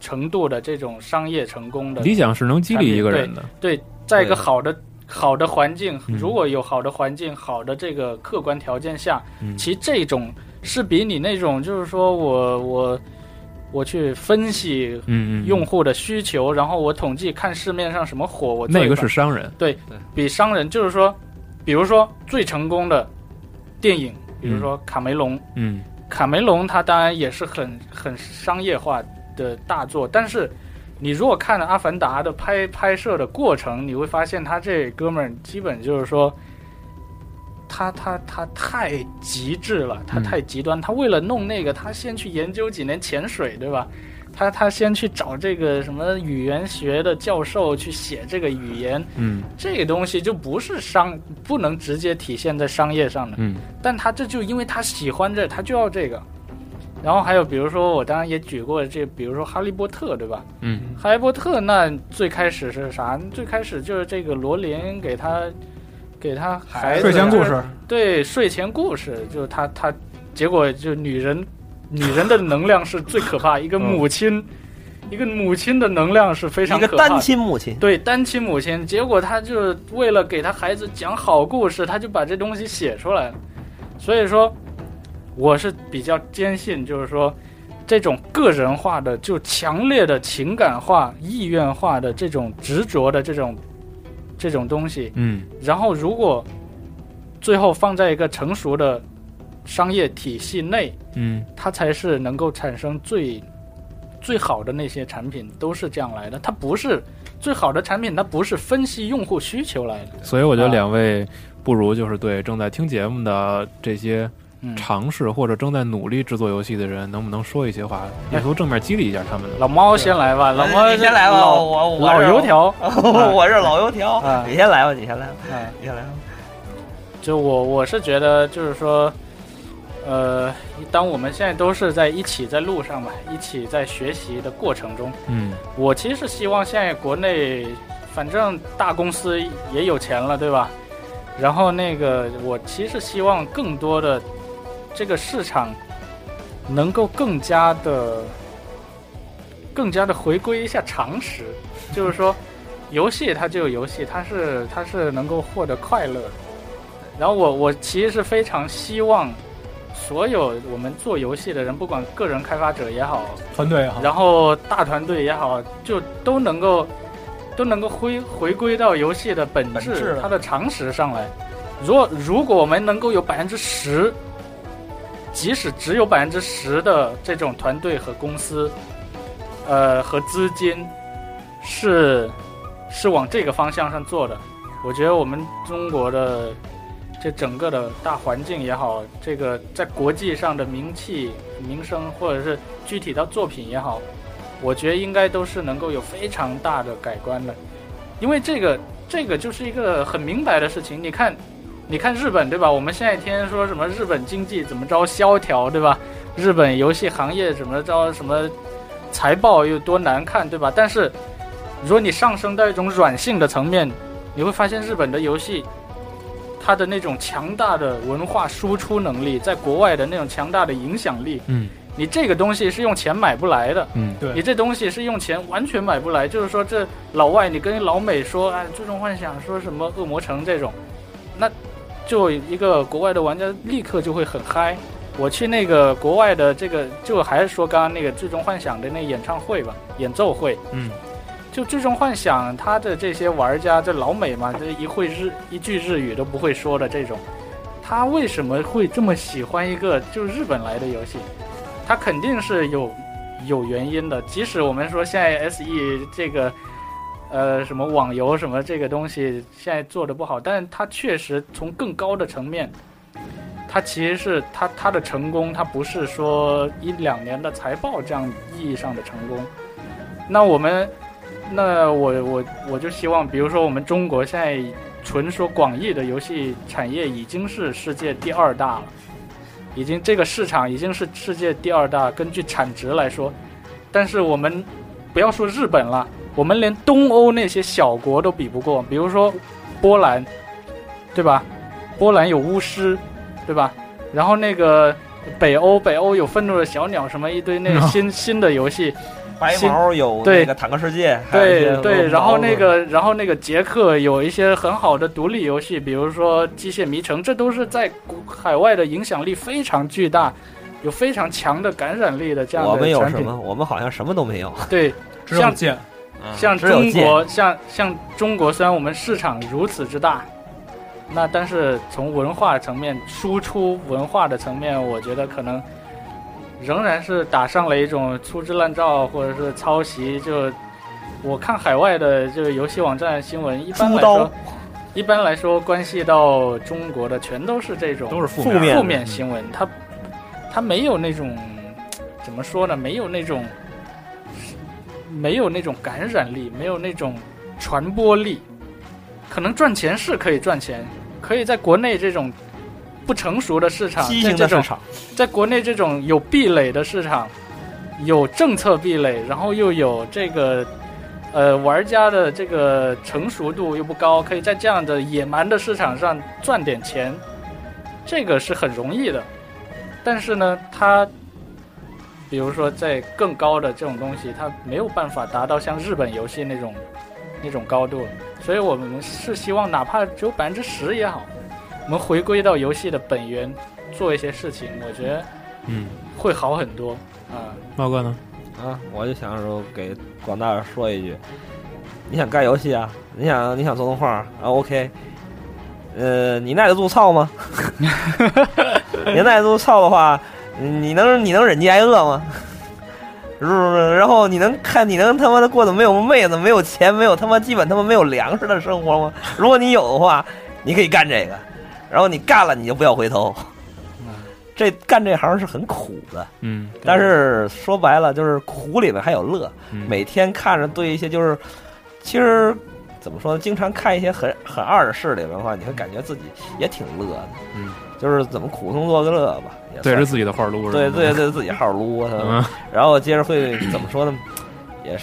S6: 程度的这种商业成功的。
S1: 理想是能激励一个人的，
S6: 对，在一个
S11: 对
S6: 好的好的环境，
S1: 嗯
S6: 如果有好的环境、好的这个客观条件下，
S1: 嗯
S6: 其实这种是比你那种就是说我我我去分析
S1: 嗯嗯，
S6: 用户的需求，然后我统计看市面上什么火，我做
S1: 那
S6: 一
S1: 个
S6: 款
S1: 是商人，
S6: 比商人就是说，比如说最成功的电影，比如说卡梅隆，
S1: 嗯
S6: 卡梅隆他当然也是很很商业化的大作，但是你如果看了《阿凡达》的拍拍摄的过程，你会发现他这哥们儿基本就是说，他他他太极致了，他
S1: 嗯
S6: 太极端，他为了弄那个，他先去研究几年潜水，对吧？他他先去找这个什么语言学的教授去写这个语言，
S1: 嗯
S6: 这个东西就不是商，不能直接体现在商业上的。
S1: 嗯
S6: 但他这就因为他喜欢这，他就要这个。然后还有比如说，我当然也举过这，比如说《哈利波特》，对吧？
S1: 嗯
S6: 哈利波特那最开始是啥？最开始就是这个罗琳给他给他孩子
S10: 睡前故事，
S6: 对睡前故事，就是他他，结果就女人，女人的能量是最可怕，一
S10: 嗯
S6: 个母亲，一个母亲的能量是 [laughs] 非常
S11: 一
S6: 可
S11: 个
S6: 怕的
S11: 单亲母亲，
S6: 对单亲母亲，结果他就是为了给他孩子讲好故事，他就把这东西写出来了。所以说，我是比较坚信，就是说，这种个人化的、就强烈的情感化、意愿化的这种执着的这种这种东西，
S1: 嗯
S6: 然后如果最后放在一个成熟的商业体系内，
S1: 嗯
S6: 它才是能够产生最最好的那些产品，都是这样来的。它不是最好的产品，它不是分析用户需求来的。
S1: 所以我觉得
S6: 啊
S1: 两位不如就是对正在听节目的这些
S6: 嗯，
S1: 尝试或者正在努力制作游戏的人，能不能说一些话，
S11: 哎
S1: 也从正面激励一下他们呢？
S6: 老猫先来吧，老猫
S11: 你先来吧，
S6: 老
S11: 我我
S6: 老油，条，
S11: 我 [laughs] 我是老油条
S6: 啊，
S11: 你先来吧，你先来吧，
S6: 哎，
S11: 你先来吧，
S6: 就我我是觉得就是说，呃，当我们现在都是在一起在路上嘛，一起在学习的过程中，
S1: 嗯
S6: 我其实是希望现在国内，反正大公司也有钱了，对吧？然后那个，我其实希望更多的这个市场能够更加的、更加的回归一下常识，就是说，游戏它就有游戏，它是它是能够获得快乐的。然后我我其实是非常希望所有我们做游戏的人，不管个人开发者也好，
S10: 团队也好，
S6: 然后大团队也好，就都能够都能够回回归到游戏的本质，
S11: 本质
S6: 它的常识上来。如果如果我们能够有百分之十，即使只有百分之十的这种团队和公司，呃，和资金是是往这个方向上做的，我觉得我们中国的这整个的大环境也好，这个在国际上的名气、名声，或者是具体到作品也好，我觉得应该都是能够有非常大的改观的，因为这个这个就是一个很明白的事情。你看，你看日本对吧？我们现在天天说什么日本经济怎么着萧条对吧？日本游戏行业怎么着什么财报又多难看对吧？但是如果你上升到一种软性的层面，你会发现日本的游戏，它的那种强大的文化输出能力，在国外的那种强大的影响力，
S1: 嗯
S6: 你这个东西是用钱买不来的。
S1: 嗯，
S10: 对
S6: 你这东西是用钱完全买不来，就是说这老外你跟老美说啊，哎最终幻想说什么恶魔城这种，那就一个国外的玩家立刻就会很嗨。我去那个国外的这个，就还是说刚刚那个最终幻想的那演唱会吧，演奏会，
S1: 嗯，
S6: 就最终幻想它的这些玩家，这老美嘛，这一会日一句日语都不会说的这种，他为什么会这么喜欢一个就日本来的游戏？他肯定是有有原因的。即使我们说现在 SE 这个呃什么网游什么这个东西现在做的不好，但是它确实从更高的层面，它其实是它它的成功，它不是说一两年的财报这样意义上的成功。那我们，那我我我就希望，比如说我们中国现在纯说广义的游戏产业已经是世界第二大了。已经这个市场已经是世界第二大，根据产值来说。但是我们不要说日本了，我们连东欧那些小国都比不过，比如说波兰，对吧？波兰有巫师，对吧？然后那个北欧，北欧有愤怒的小鸟，什么一堆那个新、新的游戏，
S11: 白
S6: 新
S11: 毛有
S6: 对
S11: 那个坦克世界，还有一些
S6: 对对，
S11: 龙
S6: 然后
S11: 猫
S6: 那个，然后那个捷克有一些很好的独立游戏，比如说《机械迷城》，这都是在国海外的影响力非常巨大，有非常强的感染力的这样
S11: 我们
S6: 的
S11: 有
S6: 产
S11: 什
S6: 品。
S11: 么？我们好像什么都没有。
S6: 对，
S10: 只有
S6: 像
S10: 剑，
S6: 像
S11: [laughs] 只有
S6: 中
S11: 剑
S6: 国，像像中国，虽然我们市场如此之大，那但是从文化层面输出文化的层面，我觉得可能仍然是打上了一种粗制滥造或者是抄袭。就我看海外的这个游戏网站新闻，一般来
S11: 刀
S6: 说，一般来说关系到中国的全都是这种
S1: 都是负
S11: 负
S1: 面
S11: 面
S1: 的
S6: 负面新闻，它它没有那种怎么说呢？没有那种没有那种感染力，没有那种传播力。可能赚钱是可以赚钱，可以在国内这种不成熟的市场，
S11: 畸
S6: 在
S11: 形
S6: 啊这
S11: 的市
S6: 种
S11: 场，
S6: 在国内这种有壁垒的市场，有政策壁垒，然后又有这个呃玩家的这个成熟度又不高，可以在这样的野蛮的市场上赚点钱，这个是很容易的。但是呢，它比如说在更高的这种东西，它没有办法达到像日本游戏那种那种高度，所以我们是希望哪怕只有百分之十也好，我们回归到游戏的本源，做一些事情，我觉得
S1: 嗯，
S6: 会好很多啊。
S1: 茂哥呢？
S11: 啊，我就想说给广大说一句，你想干游戏啊？你想你想做动画啊？OK，呃，你耐得住操吗？ [laughs] 你耐得住操的话，嗯你能你能忍饥挨饿吗？是不是？然后你能看你能他妈的过得没有妹子、没有钱、没有他妈基本他妈没有粮食的生活吗？如果你有的话，你可以干这个，然后你干了你就不要回头。这干这行是很苦的，
S1: 嗯，
S11: 但是说白了，就是苦里面还有乐。
S1: 嗯
S11: 每天看着对一些就是，其实怎么说呢？经常看一些很很二的事里面的话，你会感觉自己也挺乐的。
S1: 嗯，
S11: 就是怎么苦中作乐吧，也
S1: 对着
S11: 算
S1: 自己的话撸是吧？
S11: 对对对自己好撸
S1: [laughs]
S11: 啊。
S1: 嗯，
S11: 然后接着会怎么说呢？也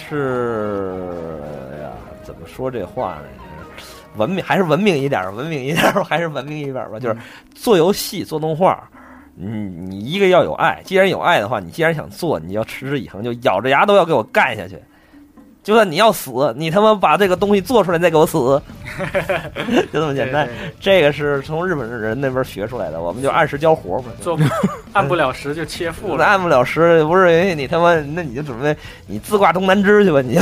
S11: 是哎呀，怎么说这话呢？文明还是文明一点儿，文明一点儿，还是文明一点儿吧。就是做游戏、做动画，你你一个要有爱，既然有爱的话，你既然想做，你要持之以恒，就咬着牙都要给我干下去。就算你要死，你他妈把这个东西做出来，你再给我死， [laughs] 就这么简单。
S6: 对对对
S11: 这个是从日本人那边学出来的，我们就按时交活嘛。就 [laughs]
S6: 做按不了时就切腹
S11: 那
S6: 了。
S11: 按不了时，不是允许你他妈，那你就准备你自挂东南枝去吧，你就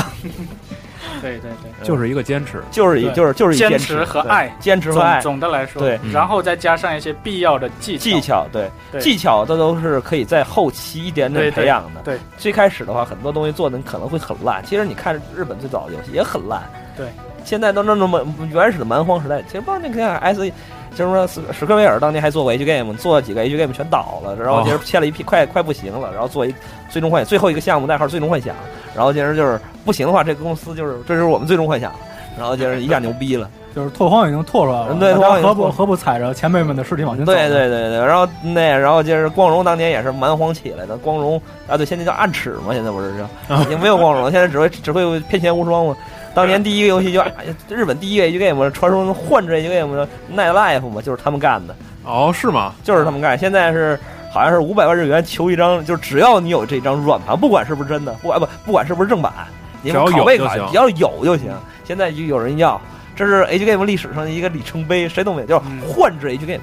S6: 对对对，
S1: 就是一个坚持。
S11: 就是以
S6: 对
S11: 就是就是以
S6: 坚持
S11: 持
S6: 和
S11: 对
S6: 爱
S11: 坚持和
S6: 总
S11: 爱
S6: 总的来说，
S11: 对
S1: 嗯
S6: 然后再加上一些必要的技巧。
S11: 技巧，对
S6: 对
S11: 技巧，这都是可以在后期一点
S6: 对
S11: 点
S6: 对
S11: 培养的。
S6: 对
S11: 最开始的话，很多东西做的可能会很烂。其实你看日本最早的游戏也很烂，
S6: 对，
S11: 现在都那么原始的蛮荒时代。其实包括那个 S 就是说史史克威尔当年还做过 H game，做了几个 H game 全倒了，然后接着欠了一批，快快不行了，然后做一最终幻想最后一个项目代号最终幻想，然后接着就是不行的话，这个公司就是这就是我们最终幻想，然后接着一下牛逼了。
S10: 就是拓荒已经拓出来了，
S11: 对拓
S10: 大
S11: 荒已
S10: 家
S11: 经
S10: 何
S11: 拓
S10: 不何不踩着前辈们的尸体往前走？
S11: 对对对对，然后那然后就是光荣当年也是蛮荒起来的，光荣啊对，现在叫暗尺嘛，现在不是叫已经没有光荣了，现在只会只会偏弦无双嘛。当年第一个游戏就、哎呀日本第一个 H game 嘛传说中幻之 H game 的 Night Life 嘛，就是他们干的，
S1: 哦，是吗？
S11: 就是他们干。现在是好像是五百万日元求一张，就是只要你有这张软盘，不管是不是真的，不管不不管是不是正版，你们
S1: 只要有
S11: 拷贝
S1: 就
S11: 卡
S1: 行
S11: 只要有就行。现在就有人要，这是 H game 历史上的一个里程碑，谁都没有，叫
S6: 嗯
S11: 幻之 H game。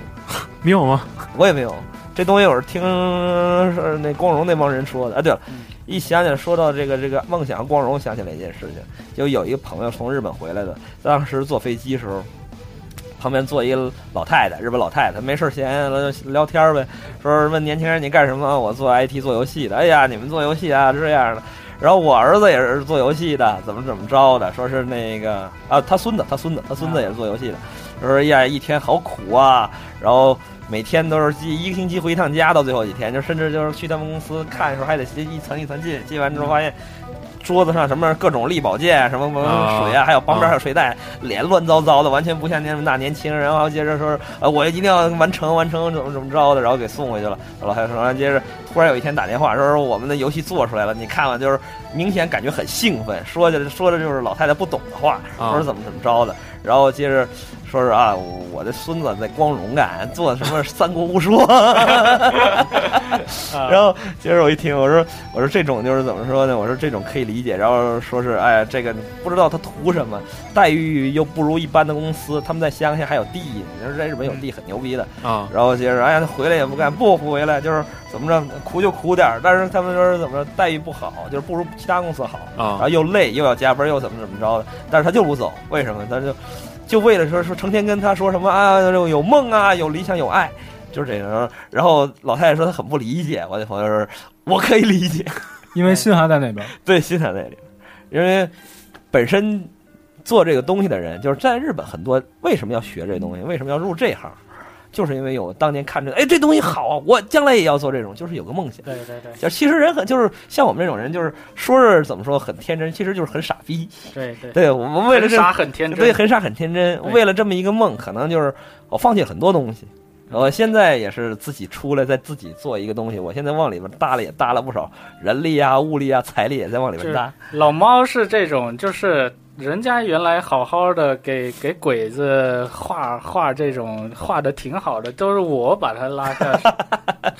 S1: 你有吗？
S11: [laughs] 我也没有。这东西我是听是那光荣那帮人说的。哎、啊，对了
S6: 嗯，
S11: 一想起来说到这个这个梦想和光荣，想起来一件事情，就有一个朋友从日本回来的，当时坐飞机时候，旁边坐一个老太太，日本老太太，没事儿闲了就聊天儿呗，说问年轻人你干什么？我做 IT 做游戏的。哎呀，你们做游戏啊，这样的。然后我儿子也是做游戏的，怎么怎么着的，说是那个啊，他孙子，他孙子，他孙子也是做游戏的，说哎呀，一天好苦啊，然后每天都是一一个星期回一趟家，到最后几天，就甚至就是去他们公司看的时候，还得一层一层进，进完之后发现。桌子上什么各种力保健，什么什么
S1: 啊
S11: 水啊，还有旁边
S1: 啊
S11: 还有睡袋，脸乱糟糟的，完全不像那那年轻人。然后接着说，呃，我一定要完成完成怎么怎么着的，然后给送回去了。 [laughs] 老太太说，然后接着突然有一天打电话说，说我们的游戏做出来了，你看看，就是明显感觉很兴奋，说着说着就是老太太不懂的话，
S1: 啊
S11: 说是怎么怎么着的，然后接着说是啊，我我的孙子在光荣干做什么三国无双， [laughs] 然后接着我一听，我说我说这种就是怎么说呢？我说这种可以理解，然后说是哎呀，这个不知道他图什么，待遇又不如一般的公司，他们在乡下还有地，你说在日本有地很牛逼的，
S1: 啊，
S11: 然后接着，哎呀，他回来也不干，不回来就是怎么着，苦就苦点儿，但是他们说是怎么着，待遇不好，就是不如其他公司好，
S1: 啊
S11: 然后又累，又要加班，又怎么怎么着的，但是他就不走，为什么？他就就为了说说成天跟他说什么啊，有梦啊，有理想，有爱，就是这样。然后老太太说她很不理解，我那朋友说我可以理解，
S10: 因为心还在那边。
S11: 对，心在那里，因为本身做这个东西的人，就是在日本很多为什么要学这东西，为什么要入这行，就是因为有当年看着，哎，这东西好啊，我将来也要做这种，就是有个梦想。
S6: 对对对
S11: 就是其实人很就是像我们这种人，就是说是怎么说很天真，其实就是很傻逼。
S6: 对对，
S11: 对我们为了
S6: 很
S11: 这
S6: 傻很天真，
S11: 对，很傻很天真。
S6: 对
S11: 为了这么一个梦，可能就是我放弃了很多东西。我现在也是自己出来，再自己做一个东西。我现在往里边搭了，也搭了不少人力啊、物力啊、财力，也在往里边搭。
S6: 老猫是这种，就是人家原来好好的给给鬼子画画这种画的挺好的，都是我把他拉下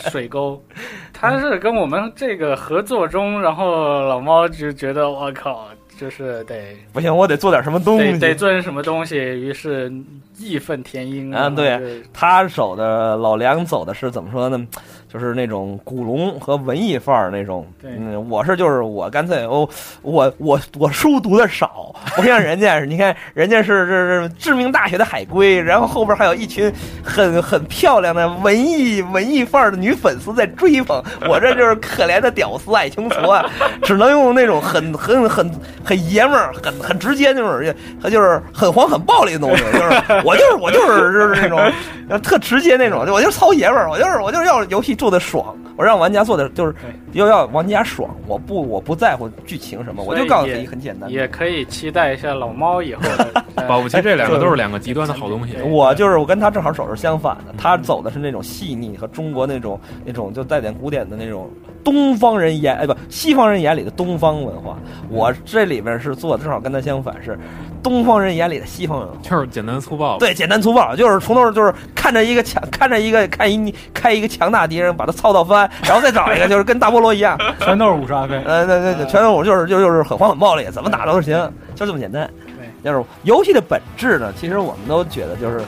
S6: 水
S11: [laughs]
S6: 沟。他是跟我们这个合作中，然后老猫就觉得我靠，就是得
S11: 不行，我得做点什么东
S6: 得
S11: 西。
S6: 得做点什么东西，于是义愤填膺
S11: 啊对
S6: 然后就
S11: 他走的老梁走的是怎么说呢？就是那种古龙和文艺范儿那种。
S6: 对
S11: 嗯，我是就是我干脆我我我我书读的少，不像人家是，你看人家是是是知名大学的海归，然后后边还有一群很很漂亮的文艺文艺范儿的女粉丝在追捧，我这就是可怜的屌丝爱情矬啊，只能用那种很很很很爷们儿、很很直接那种，他就是很黄很暴力的东西，就是我就是我就是就是那种特直接那种，我就是糙爷们儿，我就是我就是要游戏做的爽，我让玩家做的就是又要玩家爽，我不我不在乎剧情什么，我就告诉自己很简单。
S6: 也可以期待一下老猫以后
S11: [laughs]
S6: 的呃
S1: 保不齐这两个都是两个极端的好东西。
S6: 对
S11: 我就是我跟他正好手是相反的，他走的是那种细腻和中国那种那种就带点古典的那种东方人眼哎不西方人眼里的东方文化，我这里边是做的正好跟他相反，是东方人眼里的西方文化。
S1: 就是简单粗暴，，
S11: 对，简单粗暴，就是从头就是看着一个强，看着一个看一看一个强大敌人，把他操到翻，然后再找一个，就是跟大菠萝一样，
S10: 全都是五十阿飞。
S11: 呃，对对对，全是我就是就就是很黄很暴力，怎么打都行，就这么简单。
S6: 对
S11: 就是游戏的本质呢，其实我们都觉得就是，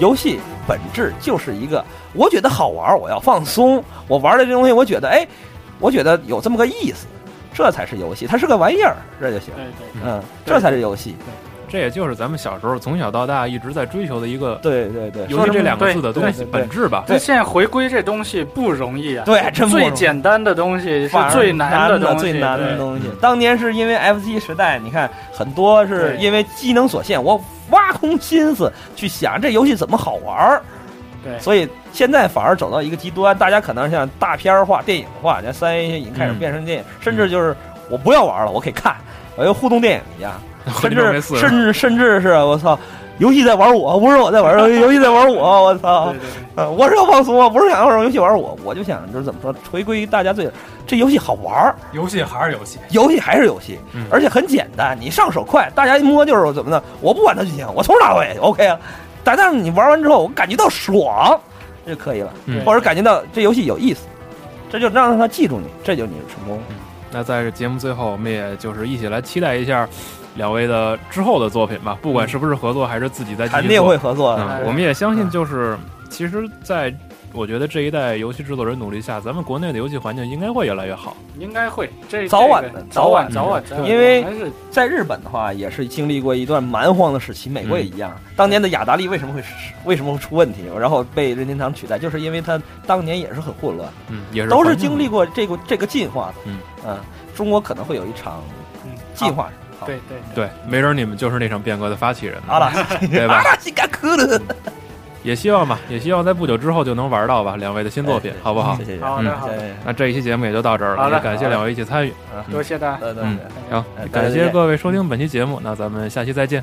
S11: 游戏本质就是一个，我觉得好玩，我要放松，我玩的这东西，我觉得哎，我觉得有这么个意思，这才是游戏，它是个玩意儿，这就行
S6: [laughs] 对，对
S11: 嗯，这才是游戏。
S1: 这也就是咱们小时候从小到大一直在追求的一个
S11: 对对对，
S1: 游戏这两个字的东西
S11: 对对对
S1: 本质吧。
S6: 对，现在回归这东西不容易啊，
S11: 对，真不
S6: 最
S11: 容易
S6: 简单的东西是
S11: 反而
S6: 最
S11: 难
S6: 的东西，
S11: 最难的
S6: 对嗯
S11: 东西。当年是因为 FC 时代，你看很多是
S6: 对
S11: 因为机能所限，我挖空心思去想这游戏怎么好玩儿。
S6: 对
S11: 所以现在反而走到一个极端，大家可能像大片儿化、电影化，像三 A 已经开
S6: 嗯
S11: 始变成电影，甚至就是我不要玩了，我可以看，我跟互动电影一样，甚至甚至甚至是我操，游戏在玩我，不是我在玩游戏，游戏在玩我，我操
S6: 对，对对，
S11: 呃我是要放松啊，不是想要让游戏玩我，我就想就是怎么说，回归大家最这游戏好玩儿，
S10: 游戏还是游戏，
S11: 游戏还是游戏，
S1: 嗯
S11: 而且很简单，你上手快，大家一摸就是怎么的，我不管它剧情，我从头打到尾，OK 啊。但但是你玩完之后，我感觉到爽，这就可以了，
S1: 嗯
S11: 或者感觉到这游戏有意思，这就让他记住你，这就是你的成功。
S1: 那在节目最后，我们也就是一起来期待一下两位的之后的作品吧，不管是不是合作，还是自己在
S11: 肯定会哎合作的，
S1: 嗯，我们也相信，就是其实，在我觉得这一代游戏制作人努力下，咱们国内的游戏环境应该会越来越好。
S6: 应该会，这
S11: 早晚的
S6: 这个
S11: 早
S6: 早
S11: 晚
S6: 晚
S11: 的
S6: 早晚，
S11: 因为
S6: 还是
S11: 在日本的话，也是经历过一段蛮荒的时期，美
S1: 嗯
S11: 国也一样。当年的雅达利为什么会为什么会出问题，然后被任天堂取代，就是因为它当年也是很混乱，
S1: 嗯，也是
S11: 都是
S1: 环境
S11: 经历过这个这个进化的。
S1: 嗯
S11: 中国可能会有一场
S6: 嗯
S11: 进
S6: 好
S11: 化。好
S6: 对对
S1: 对，没准你们就是那场变革的发起人呢
S11: 好了，
S1: 嗯
S11: 啊
S1: 对
S11: [laughs]
S1: 吧
S11: 阿拉西嘎科的
S1: 也希望吧，也希望在不久之后就能玩到吧两位的新作品，好不好？
S11: 哎谢谢，
S6: 好的
S1: 嗯
S6: 好的，
S11: 对
S1: 那这一期节目也就到这儿了，
S6: 好的
S1: 也感谢两位一起参与。嗯
S6: 多谢大家。
S11: 对对
S1: 嗯
S11: 对。
S1: 好
S11: 哎，大家
S1: 感
S11: 再
S1: 谢
S11: 见
S1: 各位收听本期节目，那咱们下期再见。